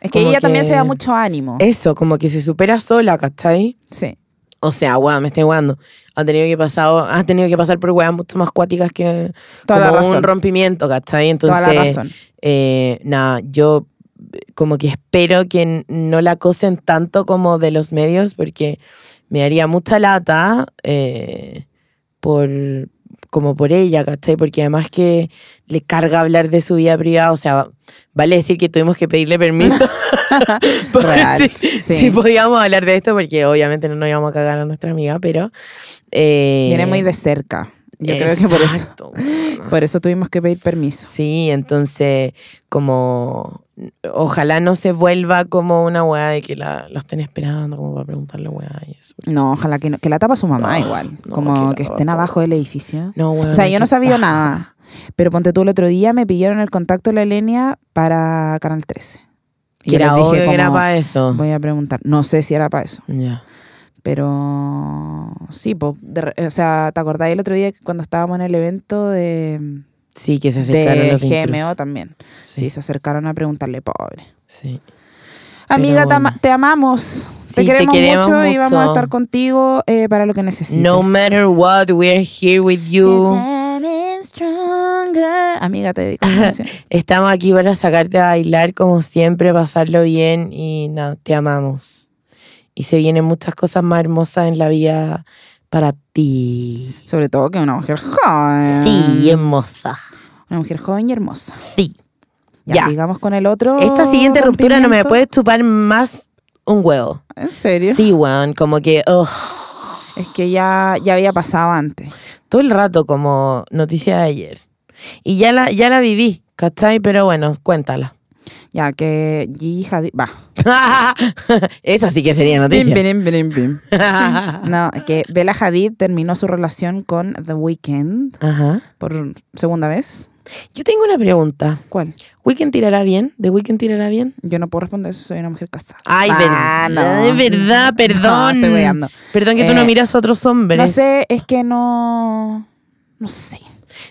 Speaker 2: Es que
Speaker 3: Como
Speaker 2: ella también
Speaker 3: que-
Speaker 2: se da mucho ánimo.
Speaker 3: Eso, como que se supera sola, ¿cachai?
Speaker 2: Sí.
Speaker 3: O sea, weón, me estoy jugando. Ha tenido que pasar, ha tenido que pasar por weas mucho más cuáticas que
Speaker 2: Toda la
Speaker 3: como
Speaker 2: razón.
Speaker 3: un rompimiento, ¿cachai? Entonces,
Speaker 2: Toda la razón.
Speaker 3: eh, nada, yo eh, como que espero que n- no la acosen tanto como de los medios, porque me haría mucha lata eh, por como por ella, ¿cachai? Porque además que le carga hablar de su vida privada, o sea, vale decir que tuvimos que pedirle permiso por
Speaker 2: Real,
Speaker 3: ver si,
Speaker 2: sí.
Speaker 3: si podíamos hablar de esto, porque obviamente no nos íbamos a cagar a nuestra amiga, pero... eh,
Speaker 2: Viene muy de cerca. Yo creo que por eso,
Speaker 3: exacto, weona.
Speaker 2: por eso tuvimos que pedir permiso.
Speaker 3: Sí, entonces, como. Ojalá no se vuelva como una weá de que la, la estén esperando, como para preguntarle weá y eso.
Speaker 2: No, ojalá que no, que la tapa su mamá
Speaker 3: No,
Speaker 2: igual,
Speaker 3: no, que
Speaker 2: como
Speaker 3: la
Speaker 2: que
Speaker 3: tapa
Speaker 2: estén
Speaker 3: todo.
Speaker 2: abajo del edificio.
Speaker 3: No, weón,
Speaker 2: O sea, yo no
Speaker 3: qué
Speaker 2: sabía
Speaker 3: paja.
Speaker 2: nada, pero ponte tú el otro día me pidieron el contacto de la Elenia para Canal 13. Y
Speaker 3: Que
Speaker 2: yo
Speaker 3: era
Speaker 2: les
Speaker 3: obvio
Speaker 2: dije
Speaker 3: que era
Speaker 2: como,
Speaker 3: para eso.
Speaker 2: voy a preguntar, no sé si era para eso,
Speaker 3: Ya.
Speaker 2: pero sí, po, de re- o sea, ¿te acordás el otro día que cuando estábamos en el evento de,
Speaker 3: Sí, que se acercaron
Speaker 2: de
Speaker 3: los
Speaker 2: GMO
Speaker 3: intrusos.
Speaker 2: también? sí,
Speaker 3: Sí,
Speaker 2: se acercaron a preguntarle, pobre.
Speaker 3: sí.
Speaker 2: Amiga, te, ama-
Speaker 3: bueno.
Speaker 2: te amamos. te,
Speaker 3: Sí, te
Speaker 2: queremos
Speaker 3: queremos
Speaker 2: mucho, y vamos a
Speaker 3: mucho.
Speaker 2: estar contigo eh, para lo que necesites.
Speaker 3: No matter what, we're here with you.
Speaker 2: 'Cause I'm in stronger. Amiga, te dedico. esa canción.
Speaker 3: Estamos aquí para sacarte a bailar como siempre, pasarlo bien y nada, te amamos. Y se vienen muchas cosas más hermosas en la vida para ti.
Speaker 2: Sobre todo que una mujer joven.
Speaker 3: Sí, hermosa.
Speaker 2: Una mujer joven y hermosa.
Speaker 3: Sí.
Speaker 2: Ya,
Speaker 3: Ya.
Speaker 2: sigamos con el otro.
Speaker 3: Esta siguiente ruptura no me
Speaker 2: Oh, rompimiento.
Speaker 3: puede chupar más un huevo.
Speaker 2: ¿En serio?
Speaker 3: Sí, weón. Como que, ugh,
Speaker 2: Es que ya, ya había pasado antes.
Speaker 3: todo el rato como noticia de ayer. Y ya la, ya la viví, ¿cachai? Pero bueno, cuéntala.
Speaker 2: Ya que Gigi Hadid. Va.
Speaker 3: Esa sí que sería
Speaker 2: Bim,
Speaker 3: noticia.
Speaker 2: bim, bim, bim. No, que Bella Hadid terminó su relación con The Weeknd
Speaker 3: Ajá.
Speaker 2: por segunda vez.
Speaker 3: Yo tengo una pregunta.
Speaker 2: ¿Cuál?
Speaker 3: ¿Weekend tirará bien? ¿De Weekend tirará bien?
Speaker 2: Yo no puedo responder eso, soy una mujer casada.
Speaker 3: Ay,
Speaker 2: Ah,
Speaker 3: verdad,
Speaker 2: no.
Speaker 3: verdad, perdón.
Speaker 2: No, estoy weando.
Speaker 3: Perdón que tú
Speaker 2: Eh,
Speaker 3: no miras a otros hombres.
Speaker 2: No sé, es que no. No sé.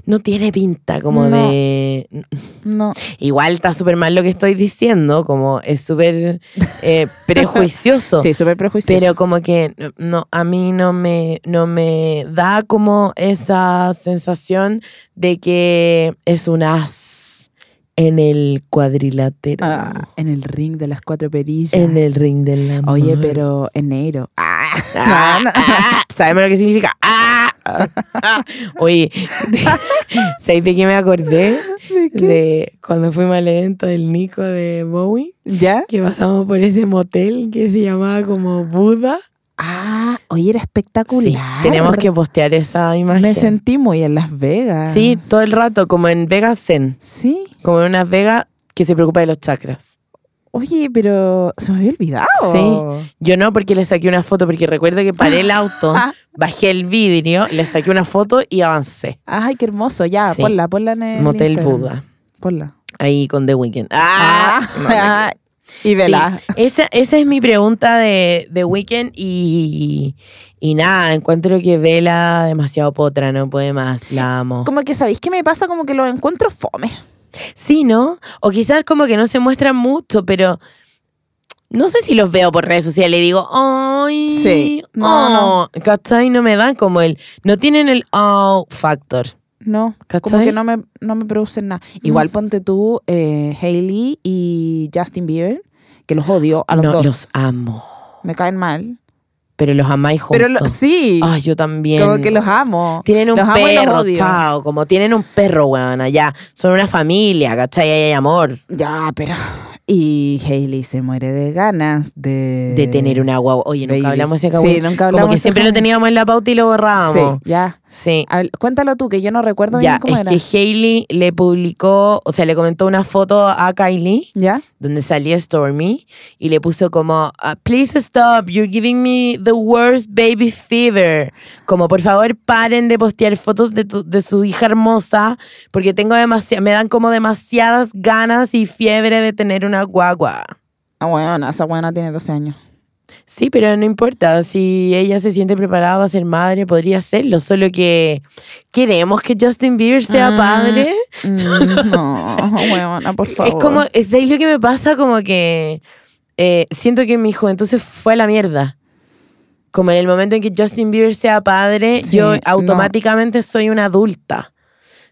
Speaker 3: No tiene pinta como
Speaker 2: No.
Speaker 3: de.
Speaker 2: No.
Speaker 3: Igual está súper mal lo que estoy diciendo, como es súper eh, prejuicioso.
Speaker 2: Sí, súper prejuicioso.
Speaker 3: Pero como que no, a mí no me, no me da como esa sensación de que es un as en el cuadrilátero,
Speaker 2: Ah, en el ring de las cuatro perillas.
Speaker 3: en el ring del amor.
Speaker 2: Oye, pero enero. Ah,
Speaker 3: Ah,
Speaker 2: no, no.
Speaker 3: ah, ¿Sabemos lo que significa? Ah, ah, ah. Oye, ¿sabes de qué me acordé?
Speaker 2: ¿De qué?
Speaker 3: De cuando fuimos al evento del Nico de Bowie,
Speaker 2: ¿Ya?
Speaker 3: que pasamos por ese motel que se llamaba como Buda.
Speaker 2: Ah, oye, era
Speaker 3: Sí,
Speaker 2: espectacular.
Speaker 3: tenemos que postear esa imagen.
Speaker 2: Me sentí muy en Las Vegas.
Speaker 3: Sí, todo el rato, como en Vegas Zen,
Speaker 2: Sí.
Speaker 3: como en una Vegas que se preocupa de los chakras.
Speaker 2: Oye, pero se me había olvidado.
Speaker 3: Sí. Yo no, porque le saqué una foto, porque recuerdo que paré el auto, bajé el vidrio, le saqué una foto y avancé.
Speaker 2: Ay, qué hermoso. Ya,
Speaker 3: Sí.
Speaker 2: ponla, ponla en el
Speaker 3: Motel
Speaker 2: Instagram.
Speaker 3: Buda.
Speaker 2: Ponla.
Speaker 3: Ahí con The Weeknd. ¡Ah! No, la que-
Speaker 2: y vela.
Speaker 3: Sí, Esa, esa es mi pregunta de, de Weekend y, y nada, encuentro que Vela demasiado potra, no puede más, la amo.
Speaker 2: Como que sabéis que me pasa como que lo encuentro fome.
Speaker 3: Sí, ¿no? O quizás como que no se muestran mucho, pero no sé si los veo por redes sociales y digo, ¡ay!
Speaker 2: Sí. No,
Speaker 3: oh", ¿Cachai? No me dan como el, no tienen el oh factor.
Speaker 2: No, como
Speaker 3: ¿Cachai? Mm.
Speaker 2: que no me, no me producen nada. Igual ponte tú eh, Hailey y Justin Bieber, que los odio a los
Speaker 3: no,
Speaker 2: dos.
Speaker 3: los amo,
Speaker 2: Me caen mal.
Speaker 3: pero los amáis juntos.
Speaker 2: Pero lo- sí,
Speaker 3: Ay, yo también.
Speaker 2: como que los amo.
Speaker 3: Tienen un
Speaker 2: los amo y los
Speaker 3: perro,
Speaker 2: odio.
Speaker 3: chao. Como tienen un perro, weón, allá. Son una familia, ¿cachai? Ahí hay amor.
Speaker 2: Ya, pero Y Hailey se muere de ganas de...
Speaker 3: de tener una guagua. Oye, nunca
Speaker 2: Baby.
Speaker 3: hablamos de ese
Speaker 2: Sí,
Speaker 3: cagüín.
Speaker 2: nunca
Speaker 3: Como
Speaker 2: hablamos
Speaker 3: que
Speaker 2: ese
Speaker 3: siempre lo
Speaker 2: cagüín.
Speaker 3: teníamos en la pauta y lo borrábamos.
Speaker 2: Sí, ya.
Speaker 3: Sí.
Speaker 2: Habl- cuéntalo tú, que yo no recuerdo
Speaker 3: Ya,
Speaker 2: bien cómo
Speaker 3: es
Speaker 2: era.
Speaker 3: que Hailey le publicó, o sea, le comentó una foto a Kylie
Speaker 2: ¿Ya?
Speaker 3: donde salía Stormy y le puso como, ah, please stop, you're giving me the worst baby fever. Como, por favor, paren de postear fotos de, tu- de su hija hermosa porque tengo demasiada, me dan como demasiadas ganas y fiebre de tener una guagua.
Speaker 2: Ah, bueno, esa buena tiene 12 años.
Speaker 3: Sí, pero no importa, si ella se siente preparada para ser madre, podría serlo, solo que queremos que Justin Bieber sea
Speaker 2: Mm.
Speaker 3: padre.
Speaker 2: Mm, no, huevona, por favor.
Speaker 3: Es como, es ahí lo que me pasa, como que eh, siento que mi juventud se fue a la mierda. Como en el momento en que Justin Bieber sea padre,
Speaker 2: Sí,
Speaker 3: yo
Speaker 2: no.
Speaker 3: automáticamente soy una adulta.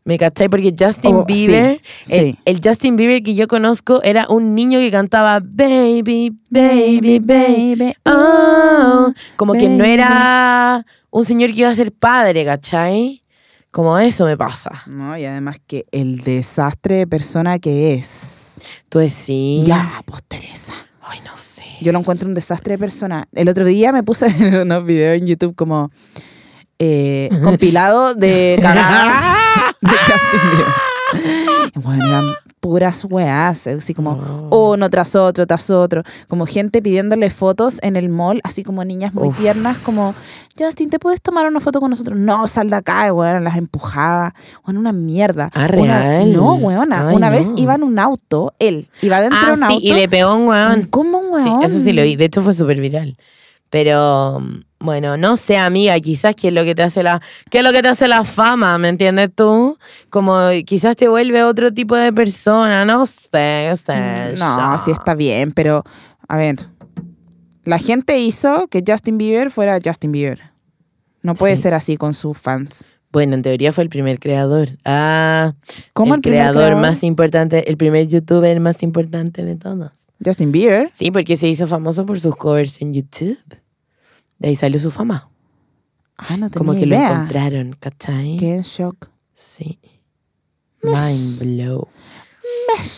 Speaker 3: ¿Me cachai? Porque Justin
Speaker 2: Oh, sí,
Speaker 3: Bieber, el,
Speaker 2: sí.
Speaker 3: el Justin Bieber que yo conozco era un niño que cantaba Baby, Baby, Baby, oh. Como que no
Speaker 2: Baby.
Speaker 3: era un señor que iba a ser padre, ¿cachai? Como eso me pasa.
Speaker 2: No, y además que el desastre de persona que es.
Speaker 3: Tú sí.
Speaker 2: Ya, pues Teresa.
Speaker 3: Ay, no sé.
Speaker 2: Yo lo encuentro un desastre de persona. El otro día me puse en unos videos en YouTube como eh, compilado de cagadas de Justin Bieber. Bueno, eran puras weas, eh, así como
Speaker 3: Oh.
Speaker 2: uno tras otro, tras otro. Como gente pidiéndole fotos en el mall, así como niñas muy
Speaker 3: Uf.
Speaker 2: tiernas, como Justin, ¿te puedes tomar una foto con nosotros? No, sal de acá, weón, las empujaba. Bueno, una mierda.
Speaker 3: Ah,
Speaker 2: Una-
Speaker 3: real.
Speaker 2: no, weona.
Speaker 3: Ay,
Speaker 2: una vez
Speaker 3: no.
Speaker 2: iba en un auto, él iba dentro de
Speaker 3: Ah,
Speaker 2: un
Speaker 3: sí,
Speaker 2: auto.
Speaker 3: y le pegó un weón.
Speaker 2: ¿Cómo,
Speaker 3: Sí,
Speaker 2: weón?
Speaker 3: eso sí lo vi. De hecho, fue súper viral. Pero, mm, bueno, no sé, amiga, quizás que es lo que te hace la, que es lo que te hace la fama, ¿me entiendes tú? Como quizás te vuelve otro tipo de persona, no sé, no sé.
Speaker 2: Mm, No,
Speaker 3: ya.
Speaker 2: sí está bien, pero a ver. La gente hizo que Justin Bieber fuera Justin Bieber. No puede
Speaker 3: Sí.
Speaker 2: ser así con sus fans.
Speaker 3: Bueno, en teoría fue el primer creador. Ah,
Speaker 2: ¿Cómo
Speaker 3: el,
Speaker 2: primer
Speaker 3: creador, más importante, el primer youtuber más importante de todos.
Speaker 2: Justin Bieber.
Speaker 3: Sí, porque se hizo famoso por sus covers en YouTube. De ahí salió su fama.
Speaker 2: Ah, no tenía
Speaker 3: Como que
Speaker 2: idea.
Speaker 3: lo encontraron, ¿cachai?
Speaker 2: Qué shock.
Speaker 3: Sí. Mind blow.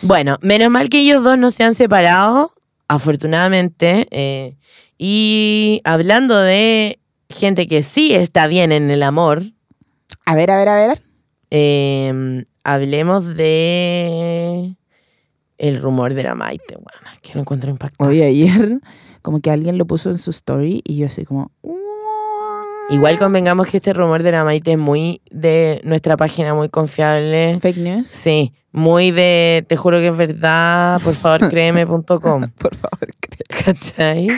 Speaker 3: Bueno, menos mal que ellos dos no se han separado, afortunadamente. eh, y hablando de gente que sí está bien en el amor,
Speaker 2: A ver, a ver, a ver.
Speaker 3: eh, hablemos de el rumor de la Maite, bueno, que lo encuentro impactante.
Speaker 2: Hoy ayer, como que alguien lo puso en su story y yo así como.
Speaker 3: Igual convengamos que este rumor de la Maite es muy de nuestra página, muy confiable.
Speaker 2: Fake news.
Speaker 3: Sí, muy de te juro que es verdad, por favor créeme.com.
Speaker 2: Por favor, cree.
Speaker 3: ¿Cachai?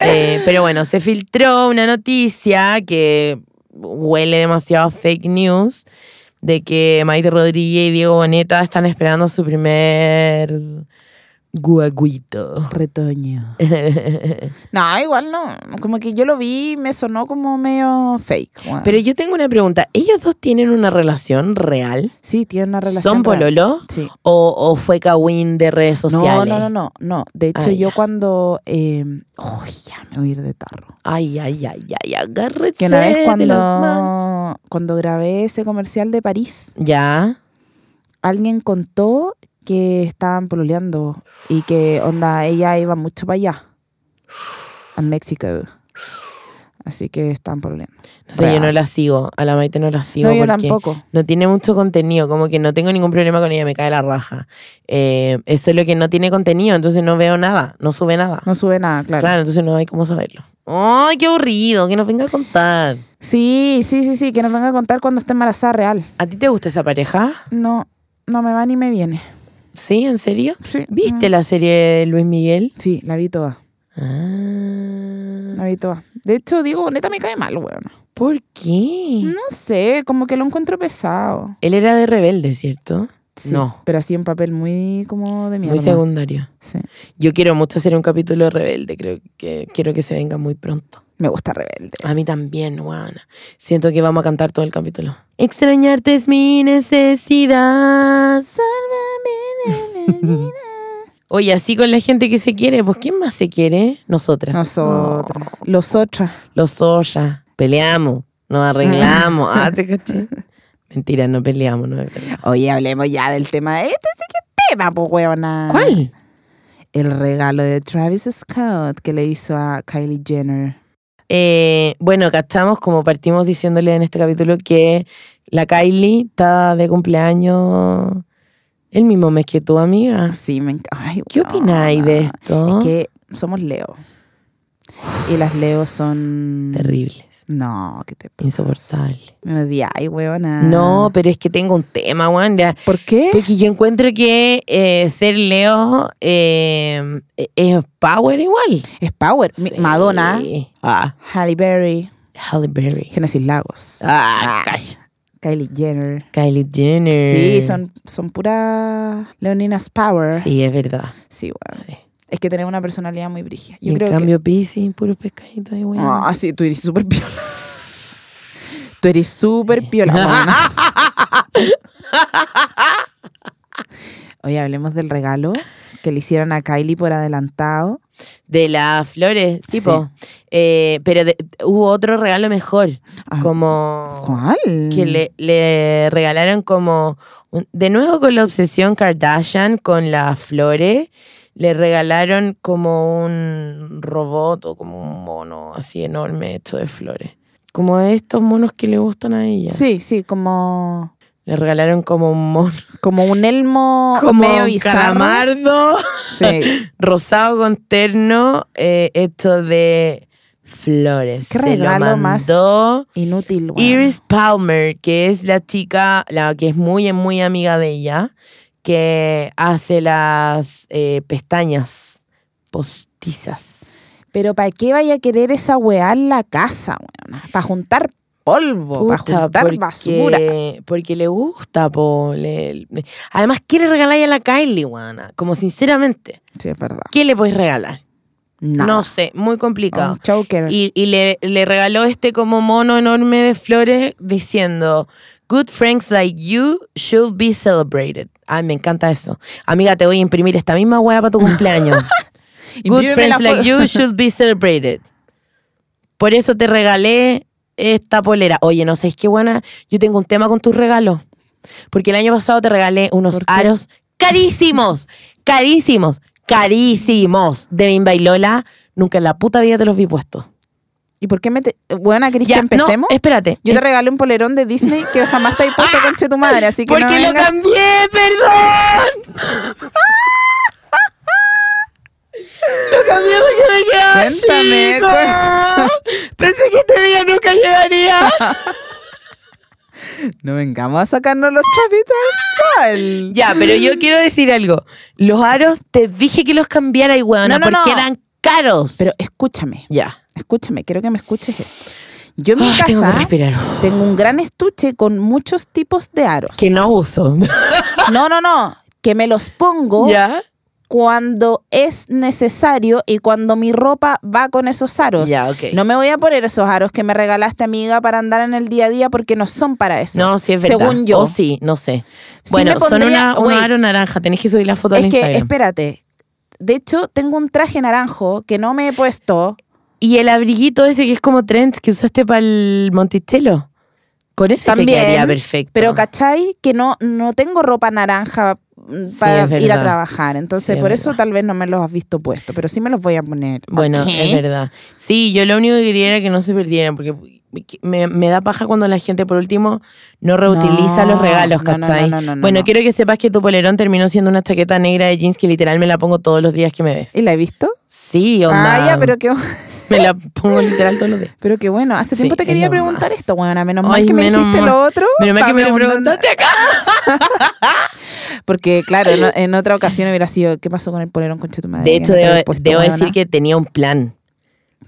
Speaker 3: Eh, pero bueno, se filtró una noticia que huele demasiado a fake news de que Maite Rodríguez y Diego Boneta están esperando su primer guaguito.
Speaker 2: Retoño. Eh, Ah. No, igual no. Como que yo lo vi y me sonó como medio fake. weón.
Speaker 3: Pero yo tengo una pregunta. ¿Ellos dos tienen una relación real?
Speaker 2: sí, tiene una relación.
Speaker 3: ¿Son
Speaker 2: real.
Speaker 3: pololo?
Speaker 2: Sí.
Speaker 3: ¿O, o fue cagüín de redes sociales?
Speaker 2: No, no, no, no, no. De hecho,
Speaker 3: Ah,
Speaker 2: yo
Speaker 3: ya.
Speaker 2: cuando. eh, uy, ya me voy a ir de tarro.
Speaker 3: Ay, ay, ay, ay, agárrese
Speaker 2: Que una vez
Speaker 3: de las manos.
Speaker 2: cuando, cuando grabé ese comercial de París,
Speaker 3: Ya.
Speaker 2: alguien contó que estaban pololeando y que, onda, ella iba mucho para allá, a México. Así que estaban pololeando.
Speaker 3: No sé, yo no la sigo. A la Maite no la sigo.
Speaker 2: No, yo
Speaker 3: porque
Speaker 2: tampoco.
Speaker 3: No tiene mucho contenido, como que no tengo ningún problema con ella, me cae la raja. Eh, es solo que no tiene contenido, entonces no veo nada, no sube nada.
Speaker 2: No sube nada, claro.
Speaker 3: claro. entonces no hay cómo saberlo. ¡Ay, qué aburrido! Que nos venga a contar.
Speaker 2: Sí, sí, sí, sí, que nos venga a contar cuando esté embarazada real.
Speaker 3: ¿A ti te gusta esa pareja?
Speaker 2: No, no me va ni me viene.
Speaker 3: ¿Sí? ¿En serio?
Speaker 2: Sí. Mm.
Speaker 3: ¿Viste la serie de Luis Miguel?
Speaker 2: Sí, la vi toda.
Speaker 3: Ah,
Speaker 2: La vi toda. De hecho, digo, neta me cae mal, weón.
Speaker 3: ¿Por qué?
Speaker 2: No sé, como que lo encuentro pesado.
Speaker 3: Él era de rebelde, ¿cierto?
Speaker 2: Sí,
Speaker 3: No.
Speaker 2: Pero así en papel muy como de mierda.
Speaker 3: Muy secundario.
Speaker 2: Sí.
Speaker 3: Yo quiero mucho hacer un capítulo de Rebelde, creo que quiero que se venga muy pronto.
Speaker 2: Me gusta Rebelde.
Speaker 3: A mí también, Juana. Siento que vamos a cantar todo el capítulo. Extrañarte es mi necesidad.
Speaker 2: Sálvame de la vida.
Speaker 3: Oye, así con la gente que se quiere, pues ¿quién más se quiere? Nosotras.
Speaker 2: Nosotras.
Speaker 3: No,
Speaker 2: Los otras.
Speaker 3: los Ollas. Peleamos, nos arreglamos. ah, te caché. Mentira, no peleamos, no es verdad.
Speaker 2: Oye, hablemos ya del tema. Este sí que es tema, pues, weona.
Speaker 3: ¿Cuál?
Speaker 2: el regalo de Travis Scott que le hizo a Kylie Jenner.
Speaker 3: Eh, bueno, gastamos, como partimos diciéndole en este capítulo, que la Kylie está de cumpleaños el mismo mes que tu amiga.
Speaker 2: Sí, me encanta. Ay,
Speaker 3: ¿Qué
Speaker 2: weona.
Speaker 3: opináis de esto?
Speaker 2: Es que somos Leo. Y las Leo son...
Speaker 3: Terribles,
Speaker 2: No, que te...
Speaker 3: insoportables.
Speaker 2: Me odiáis, huevona.
Speaker 3: No, pero es que tengo un tema, Wanda.
Speaker 2: ¿Por qué?
Speaker 3: Porque yo encuentro que eh, ser Leo eh, es power igual.
Speaker 2: Es Power. Mi-
Speaker 3: Sí.
Speaker 2: Madonna,
Speaker 3: Ah,
Speaker 2: Halle Berry,
Speaker 3: Halle Berry.
Speaker 2: Genesis Lagos,
Speaker 3: Ah, calla.
Speaker 2: Kylie Jenner.
Speaker 3: Kylie Jenner.
Speaker 2: Sí, son, son puras leoninas power. Sí,
Speaker 3: Sí, es verdad.
Speaker 2: weón.
Speaker 3: Sí.
Speaker 2: Es que tenemos una personalidad muy brígida.
Speaker 3: y
Speaker 2: Yo
Speaker 3: en
Speaker 2: creo
Speaker 3: cambio, Pisi, puros pescaditos de
Speaker 2: que...
Speaker 3: huevo.
Speaker 2: Ah, sí, tú eres súper piola. Tú eres súper piola. weona. Oye, hablemos del regalo que le hicieron a Kylie por adelantado.
Speaker 3: De las flores, sí,
Speaker 2: Sí.
Speaker 3: po. Eh, pero de- hubo otro regalo mejor.
Speaker 2: Ah,
Speaker 3: como.
Speaker 2: ¿Cuál?
Speaker 3: Que le, le regalaron como. un- de nuevo con la obsesión Kardashian con las flores. Le regalaron como un robot o como un mono así enorme hecho de flores. Como estos monos que le gustan a ella.
Speaker 2: Sí, sí, como...
Speaker 3: Le regalaron como un mono.
Speaker 2: Como un elmo
Speaker 3: Como
Speaker 2: Oh, medio
Speaker 3: un
Speaker 2: bizarro.
Speaker 3: calamardo.
Speaker 2: Sí.
Speaker 3: rosado con terno, eh, esto de flores.
Speaker 2: Qué
Speaker 3: Se lo
Speaker 2: regalo más
Speaker 3: mandó
Speaker 2: Inútil, weón.
Speaker 3: Iris Palmer, que es la chica, la que es muy, muy amiga de ella, que hace las eh, pestañas postizas.
Speaker 2: Pero ¿para qué vaya a querer esa weá en la casa, weona? Para juntar polvo, para
Speaker 3: Puta,
Speaker 2: juntar
Speaker 3: porque-
Speaker 2: basura.
Speaker 3: Porque le gusta, po, le- le- Además, ¿qué le regaláis a la Kylie, Juana? Como sinceramente,
Speaker 2: Sí, es verdad.
Speaker 3: ¿qué le podéis regalar?
Speaker 2: Nada.
Speaker 3: No sé, muy complicado.
Speaker 2: Un choker.
Speaker 3: Y, y le, le regaló este como mono enorme de flores diciendo, Good friends like you should be celebrated. Ay, me encanta eso. Amiga, te voy a imprimir esta misma hueá para tu cumpleaños. Good
Speaker 2: Imprímeme
Speaker 3: friends
Speaker 2: la
Speaker 3: like
Speaker 2: foto.
Speaker 3: you should be celebrated. Por eso te regalé esta polera. Oye, no sé, es que buena, yo tengo un tema con tus regalos. Porque el año pasado te regalé unos
Speaker 2: ¿Por qué?
Speaker 3: aros carísimos, carísimos, carísimos de Bimba y Lola. Nunca en la puta vida te los vi puestos.
Speaker 2: ¿Y por qué me te... Buena, ¿querés que
Speaker 3: Ya,
Speaker 2: empecemos?
Speaker 3: No, espérate.
Speaker 2: Yo te regalé un polerón de Disney que jamás te he puesto conche tu madre, así que
Speaker 3: Porque
Speaker 2: no
Speaker 3: lo
Speaker 2: vengas-
Speaker 3: cambié, perdón. lo cambié porque me quedaba
Speaker 2: Cuéntame,
Speaker 3: chico.
Speaker 2: cu-
Speaker 3: Pensé que este día nunca llegaría.
Speaker 2: No vengamos a sacarnos los trapitos al sol.
Speaker 3: ya, pero yo quiero decir algo. Los aros, te dije que los cambiara y huevona,
Speaker 2: No, no,
Speaker 3: porque
Speaker 2: no.
Speaker 3: eran caros.
Speaker 2: Pero escúchame,
Speaker 3: ya.
Speaker 2: escúchame, quiero que me escuches esto. Yo en mi
Speaker 3: Ay,
Speaker 2: casa
Speaker 3: tengo que respirar.
Speaker 2: tengo un gran estuche con muchos tipos de aros.
Speaker 3: Que no uso.
Speaker 2: No, no, no. Que me los pongo
Speaker 3: ¿Ya?
Speaker 2: cuando es necesario y cuando mi ropa va con esos aros.
Speaker 3: Ya, ok.
Speaker 2: No me voy a poner esos aros que me regalaste, amiga, para andar en el día a día porque no son para eso.
Speaker 3: No, sí es verdad.
Speaker 2: Según yo.
Speaker 3: O sí, no sé.
Speaker 2: Sí
Speaker 3: Bueno,
Speaker 2: me
Speaker 3: son
Speaker 2: pondría-
Speaker 3: una, un
Speaker 2: wait.
Speaker 3: aro naranja. Tenés que subir la foto
Speaker 2: es
Speaker 3: en
Speaker 2: que,
Speaker 3: Instagram.
Speaker 2: espérate. De hecho, tengo un traje naranjo que no me he puesto.
Speaker 3: Y el abriguito ese que es como trench que usaste para el Monticello. Con ese te
Speaker 2: También,
Speaker 3: quedaría perfecto.
Speaker 2: Pero, ¿cachai? Que no, no tengo ropa naranja mm,
Speaker 3: Sí,
Speaker 2: para
Speaker 3: es
Speaker 2: ir a
Speaker 3: verdad.
Speaker 2: trabajar. Entonces,
Speaker 3: Sí, es
Speaker 2: por eso
Speaker 3: verdad.
Speaker 2: tal vez no me los has visto puesto, pero sí me los voy a poner.
Speaker 3: Bueno,
Speaker 2: Ok.
Speaker 3: es verdad. Sí, yo lo único que quería era que no se perdieran, porque me, me da paja cuando la gente, por último, no
Speaker 2: No,
Speaker 3: reutiliza los regalos,
Speaker 2: no, no,
Speaker 3: ¿cachai?
Speaker 2: no, no, no,
Speaker 3: bueno,
Speaker 2: no.
Speaker 3: quiero que sepas que tu polerón terminó siendo una chaqueta negra de jeans que literal me la pongo todos los días que me ves.
Speaker 2: ¿Y la he visto?
Speaker 3: Sí, onda.
Speaker 2: Ah, ya, pero qué,
Speaker 3: Me la pongo literal todos los días.
Speaker 2: pero qué bueno. Hace
Speaker 3: Sí,
Speaker 2: tiempo te
Speaker 3: es
Speaker 2: quería
Speaker 3: lo
Speaker 2: preguntar
Speaker 3: más.
Speaker 2: esto, bueno, menos mal
Speaker 3: Ay,
Speaker 2: que me
Speaker 3: menos
Speaker 2: dijiste
Speaker 3: mal.
Speaker 2: lo otro.
Speaker 3: Pero me que
Speaker 2: pa'
Speaker 3: me lo
Speaker 2: preguntar.
Speaker 3: preguntaste acá.
Speaker 2: Porque, claro, no- en otra ocasión hubiera sido, ¿qué pasó con el polerón conche tu madre?
Speaker 3: De
Speaker 2: Ya
Speaker 3: hecho,
Speaker 2: no te lo he
Speaker 3: debo,
Speaker 2: puesto,
Speaker 3: debo
Speaker 2: weona.
Speaker 3: decir que tenía un plan.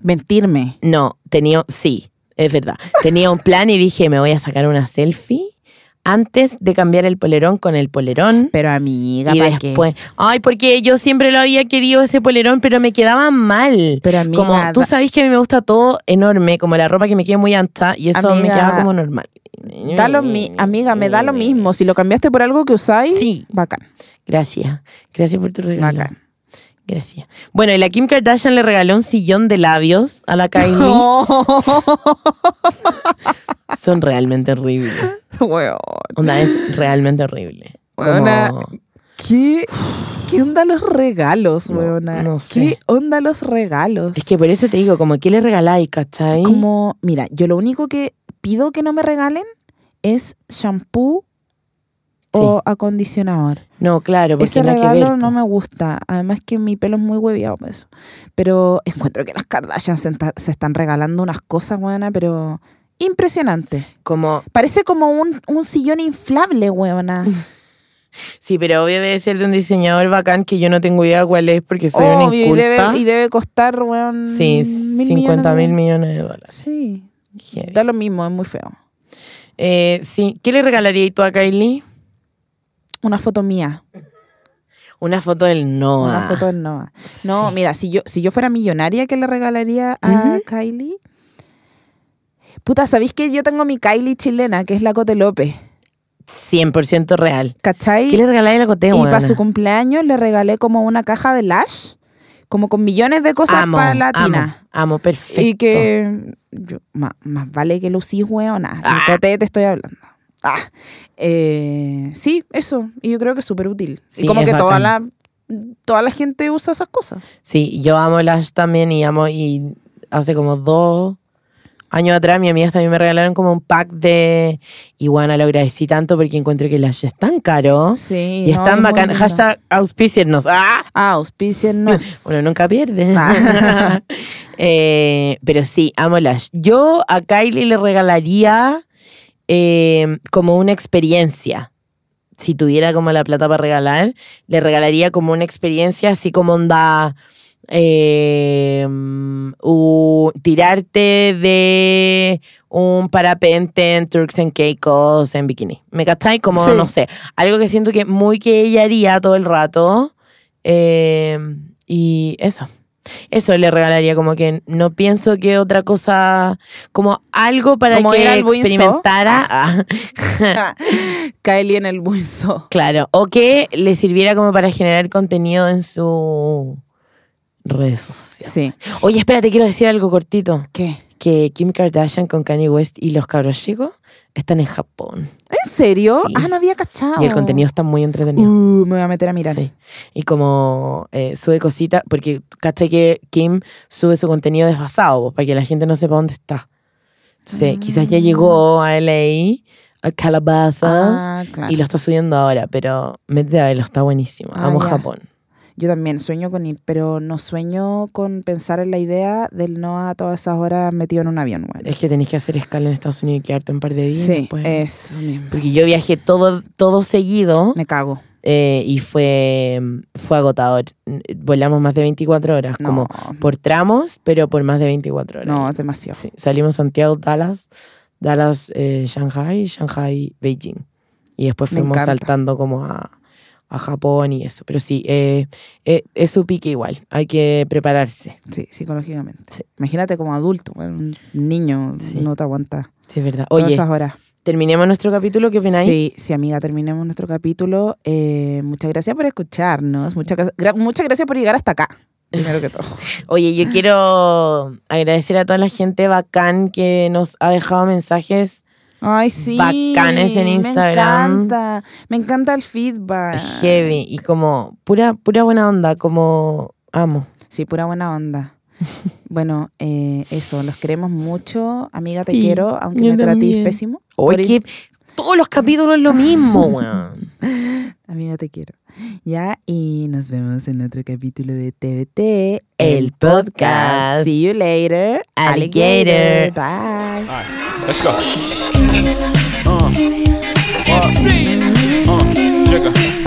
Speaker 2: Mentirme.
Speaker 3: No, tenía, sí, es verdad. Tenía un plan y dije, me voy a sacar una selfie antes de cambiar el polerón con el polerón.
Speaker 2: Pero, amiga,
Speaker 3: Y
Speaker 2: ¿para
Speaker 3: después, ay, porque yo siempre lo había querido ese polerón, pero me quedaba mal.
Speaker 2: Pero, amiga,
Speaker 3: como tú
Speaker 2: da-
Speaker 3: sabés que a mí me gusta todo enorme, como la ropa que me queda muy ancha, y eso me
Speaker 2: Amiga,
Speaker 3: quedaba como normal.
Speaker 2: qué? Da lo mi- amiga, me da lo mismo. Si lo cambiaste por algo que usáis,
Speaker 3: Sí.
Speaker 2: bacán.
Speaker 3: Gracias, gracias por tu regalo.
Speaker 2: Bacán.
Speaker 3: Gracias. Bueno, y la Kim Kardashian le regaló un sillón de labios a la Kylie. Son realmente horribles.
Speaker 2: Weón.
Speaker 3: Onda, es realmente horrible. Como-
Speaker 2: Weona, ¿Qué, qué onda los regalos,
Speaker 3: No,
Speaker 2: weona?
Speaker 3: no
Speaker 2: ¿Qué
Speaker 3: sé.
Speaker 2: onda los regalos?
Speaker 3: Es que por eso te digo, como, ¿qué le regaláis, cachai?
Speaker 2: Como, mira, yo lo único que pido que no me regalen es shampoo o acondicionador.
Speaker 3: No, claro, porque
Speaker 2: Ese
Speaker 3: nada que
Speaker 2: regalo
Speaker 3: ver,
Speaker 2: no
Speaker 3: po.
Speaker 2: me gusta. Además que mi pelo es muy hueviado para eso. Pero encuentro que las Kardashian se, enta- se están regalando unas cosas, weona, pero impresionante.
Speaker 3: Como,
Speaker 2: Parece como un, un sillón inflable, weona.
Speaker 3: sí, pero obvio debe ser de un diseñador bacán que yo no tengo idea cuál es porque soy una
Speaker 2: Obvio, y
Speaker 3: inculta.
Speaker 2: debe, y debe costar, weón.
Speaker 3: sí,
Speaker 2: mil
Speaker 3: 50
Speaker 2: millones de-
Speaker 3: mil millones de dólares.
Speaker 2: Sí,
Speaker 3: Heavy.
Speaker 2: da lo mismo, es muy feo.
Speaker 3: Eh, sí, ¿qué le regalaría tú a Kylie?
Speaker 2: Una foto mía,
Speaker 3: Una foto del Noah.
Speaker 2: una foto de Noah. No, mira, si yo, si yo fuera millonaria, ¿qué le regalaría a Kylie? Puta, ¿sabéis que yo tengo mi Kylie chilena, que es la Cote López?
Speaker 3: 100% real.
Speaker 2: ¿Cachai?
Speaker 3: ¿Qué le regaláis a la
Speaker 2: y
Speaker 3: Cote,
Speaker 2: para
Speaker 3: weona?
Speaker 2: su cumpleaños le regalé como una caja de Lash, como con millones de cosas
Speaker 3: Amo,
Speaker 2: para Latina.
Speaker 3: Amo, amo, perfecto.
Speaker 2: Y que yo, ma- más, vale que lucís, weona.
Speaker 3: Ah.
Speaker 2: Del cote te estoy hablando. Ah. Eh, sí, eso. Y yo creo que es súper útil.
Speaker 3: Sí,
Speaker 2: y como
Speaker 3: es
Speaker 2: que toda la,
Speaker 3: bacán.
Speaker 2: toda la gente usa esas cosas.
Speaker 3: Sí, yo amo Lash también y amo y hace como dos años atrás mis amigas también me regalaron como un pack de iguana, lo agradecí tanto porque encuentro que Lash es tan caro
Speaker 2: Sí.
Speaker 3: y es tan bacán. Hashtag auspiciernos. ¡Ah!
Speaker 2: Ah, auspicienos.
Speaker 3: Uno nunca pierde.
Speaker 2: Ah.
Speaker 3: Eh, pero sí, amo Lash. Yo a Kylie le regalaría eh, como una experiencia. Si tuviera como la plata para regalar, le regalaría como una experiencia así como onda. eh, u- tirarte de un parapente en Turks and Caicos en bikini. ¿Me cachai? Como,
Speaker 2: Sí.
Speaker 3: no sé, algo que siento que muy que ella haría todo el rato. Eh, y eso. Eso le regalaría, como que no pienso que otra cosa, como algo para
Speaker 2: Como ir
Speaker 3: que
Speaker 2: al Buinzo.
Speaker 3: experimentara. Ah,
Speaker 2: Kylie en el buizo.
Speaker 3: claro. O que le sirviera como para generar contenido en su redes sociales.
Speaker 2: Sí.
Speaker 3: Oye, espérate, quiero decir algo cortito.
Speaker 2: ¿Qué?
Speaker 3: Que Kim Kardashian con Kanye West y los cabros chicos están en Japón.
Speaker 2: ¿En serio?
Speaker 3: Sí.
Speaker 2: Ah, no había cachado.
Speaker 3: Y el contenido está muy entretenido.
Speaker 2: Uh, me voy a meter a mirar.
Speaker 3: Sí. Y como eh, sube cositas, porque caché que Kim sube su contenido desfasado, pues, para que la gente no sepa dónde está. Entonces,
Speaker 2: Ah.
Speaker 3: quizás ya llegó a LA, a Calabasas,
Speaker 2: Ah, claro.
Speaker 3: y lo está subiendo ahora, pero métete a verlo, está buenísimo.
Speaker 2: Ah,
Speaker 3: Amo
Speaker 2: ya.
Speaker 3: Japón.
Speaker 2: Yo también sueño con ir, pero no sueño con pensar en la idea del no a todas esas horas metido en un avión. weón.
Speaker 3: Es que tenés que hacer escala en Estados Unidos y quedarte un par de días.
Speaker 2: sí,
Speaker 3: después.
Speaker 2: eso mismo.
Speaker 3: Porque yo viajé todo, todo seguido
Speaker 2: Me cago.
Speaker 3: eh, y fue, fue agotador. Volamos más de 24 horas,
Speaker 2: No,
Speaker 3: como por tramos, pero por más de 24 horas.
Speaker 2: no, es demasiado.
Speaker 3: Sí, salimos Santiago, Dallas, Dallas, eh, Shanghai, Shanghai, Beijing. Y después
Speaker 2: Me
Speaker 3: fuimos
Speaker 2: encanta.
Speaker 3: saltando como a, a Japón y eso. Pero sí, eh, eh, es su pique igual, hay que prepararse.
Speaker 2: Sí, psicológicamente.
Speaker 3: Sí.
Speaker 2: Imagínate como adulto, weón, un niño
Speaker 3: Sí.
Speaker 2: no te aguanta
Speaker 3: Sí, es verdad.
Speaker 2: todas
Speaker 3: Oye,
Speaker 2: esas horas.
Speaker 3: terminemos nuestro capítulo, ¿qué opináis?
Speaker 2: Sí, sí, amiga, terminemos nuestro capítulo. Eh, muchas gracias por escucharnos. Muchas, gra- gra- muchas gracias por llegar hasta acá. Primero que todo.
Speaker 3: Oye, yo quiero agradecer a toda la gente bacán que nos ha dejado mensajes.
Speaker 2: Ay, sí.
Speaker 3: Bacanes en Instagram.
Speaker 2: Me encanta. Me encanta el feedback.
Speaker 3: Heavy y como pura, pura buena onda, como amo.
Speaker 2: Sí, pura buena onda. Bueno, eh, eso, los queremos mucho. Amiga, te quiero, aunque
Speaker 3: yo
Speaker 2: me tratís
Speaker 3: también.
Speaker 2: pésimo. Por-
Speaker 3: Oye, que todos los capítulos es lo mismo, weón.
Speaker 2: Amiga, te quiero. Ya, y nos vemos en otro capítulo de TVT,
Speaker 3: El podcast.
Speaker 2: See you later,
Speaker 3: Alligator.
Speaker 2: alligator. Bye.
Speaker 1: Let's go. Uh. Uh. Uh. Nigga.